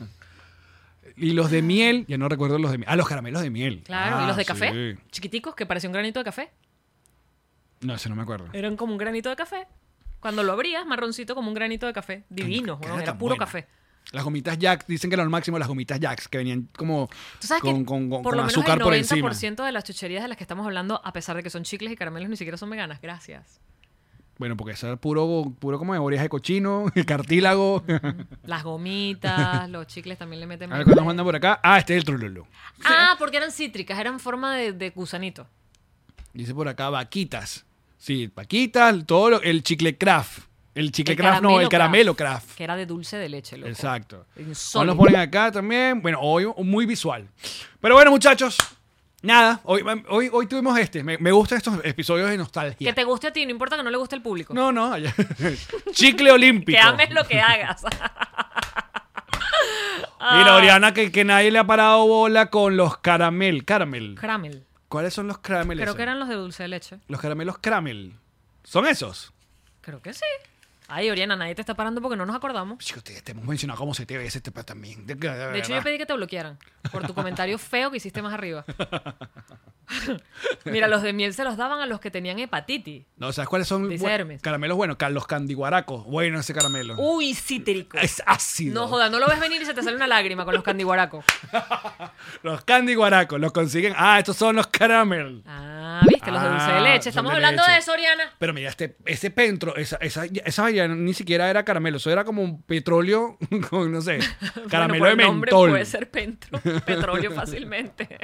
Speaker 5: y los de miel, ya no recuerdo los de miel. Ah, los caramelos de miel.
Speaker 6: Claro.
Speaker 5: Ah,
Speaker 6: ¿Y los de
Speaker 5: sí.
Speaker 6: café? Chiquiticos, que parecía un granito de café.
Speaker 5: No, ese no me acuerdo.
Speaker 6: Eran como un granito de café. Cuando lo abrías, marroncito como un granito de café. Divino,
Speaker 5: Qué
Speaker 6: weón,
Speaker 5: tan
Speaker 6: Era puro
Speaker 5: buena.
Speaker 6: café.
Speaker 5: Las gomitas Jack, dicen que era lo máximo las gomitas Jacks, que venían como
Speaker 6: Tú sabes
Speaker 5: con,
Speaker 6: que
Speaker 5: con- con-
Speaker 6: por
Speaker 5: con
Speaker 6: lo menos
Speaker 5: azúcar
Speaker 6: el
Speaker 5: por encima.
Speaker 6: 90% de las chucherías de las que estamos hablando, a pesar de que son chicles y caramelos, ni siquiera son veganas. Gracias.
Speaker 5: Bueno, porque eso era puro, puro como de oreja de cochino, el cartílago.
Speaker 6: Las gomitas, los chicles también le meten.
Speaker 5: A ver
Speaker 6: miel.
Speaker 5: cuál nos mandan por acá. Ah, este es el trululú.
Speaker 6: Ah, porque eran cítricas, eran forma de, de gusanito.
Speaker 5: Dice por acá vaquitas. Sí, vaquitas, todo lo- el chicle craft. El chicle
Speaker 6: El
Speaker 5: craft, no, el
Speaker 6: caramelo
Speaker 5: caramelo
Speaker 6: Kraft,
Speaker 5: craft.
Speaker 6: Que era de dulce de leche, loco.
Speaker 5: Exacto. Ahora
Speaker 6: Insólito.
Speaker 5: nos ponen acá también. Bueno, hoy muy visual. Pero bueno, muchachos, nada. Hoy, hoy, hoy tuvimos este. Me, me gustan estos episodios de nostalgia.
Speaker 6: Que te guste a ti, no importa que no le guste al público.
Speaker 5: No, no. allá. Chicle olímpico.
Speaker 6: que ames lo que hagas. Ah,
Speaker 5: Mira, Oriana, que, que nadie le ha parado bola con los caramel. Caramel.
Speaker 6: Caramel.
Speaker 5: ¿Cuáles son los carameles?
Speaker 6: Creo que eran los de dulce de leche.
Speaker 5: Los caramelos caramel. ¿Son esos?
Speaker 6: Creo que sí. Ay, Oriana, nadie te está parando porque no nos acordamos.
Speaker 5: Chico, te, te hemos mencionado cómo se te ve ese tema también. De,
Speaker 6: De hecho, yo pedí que te bloquearan por tu comentario feo que hiciste más arriba. Mira, los de miel se los daban a los que tenían hepatitis.
Speaker 5: No, ¿sabes cuáles son?
Speaker 6: Dice
Speaker 5: bu-
Speaker 6: Hermes.
Speaker 5: Caramelos buenos. Ca- Los candiguaracos. Bueno, ese caramelo.
Speaker 6: Uy, cítrico.
Speaker 5: Es ácido.
Speaker 6: No joda, no lo ves venir y se te sale una lágrima con los candiguaracos.
Speaker 5: Los candiguaracos. Los consiguen. Ah, estos son los caramel.
Speaker 6: Ah, viste, los de dulce
Speaker 5: Ah,
Speaker 6: de
Speaker 5: son
Speaker 6: leche. Estamos
Speaker 5: de
Speaker 6: hablando
Speaker 5: leche.
Speaker 6: de eso, Oriana.
Speaker 5: Pero mira, este, ese pentro, esa, esa, esa vaina ni siquiera era caramelo, eso era como un petróleo con, no sé, caramelo
Speaker 6: Bueno, por el
Speaker 5: de
Speaker 6: nombre
Speaker 5: mentol.
Speaker 6: Puede ser pentro, petróleo fácilmente.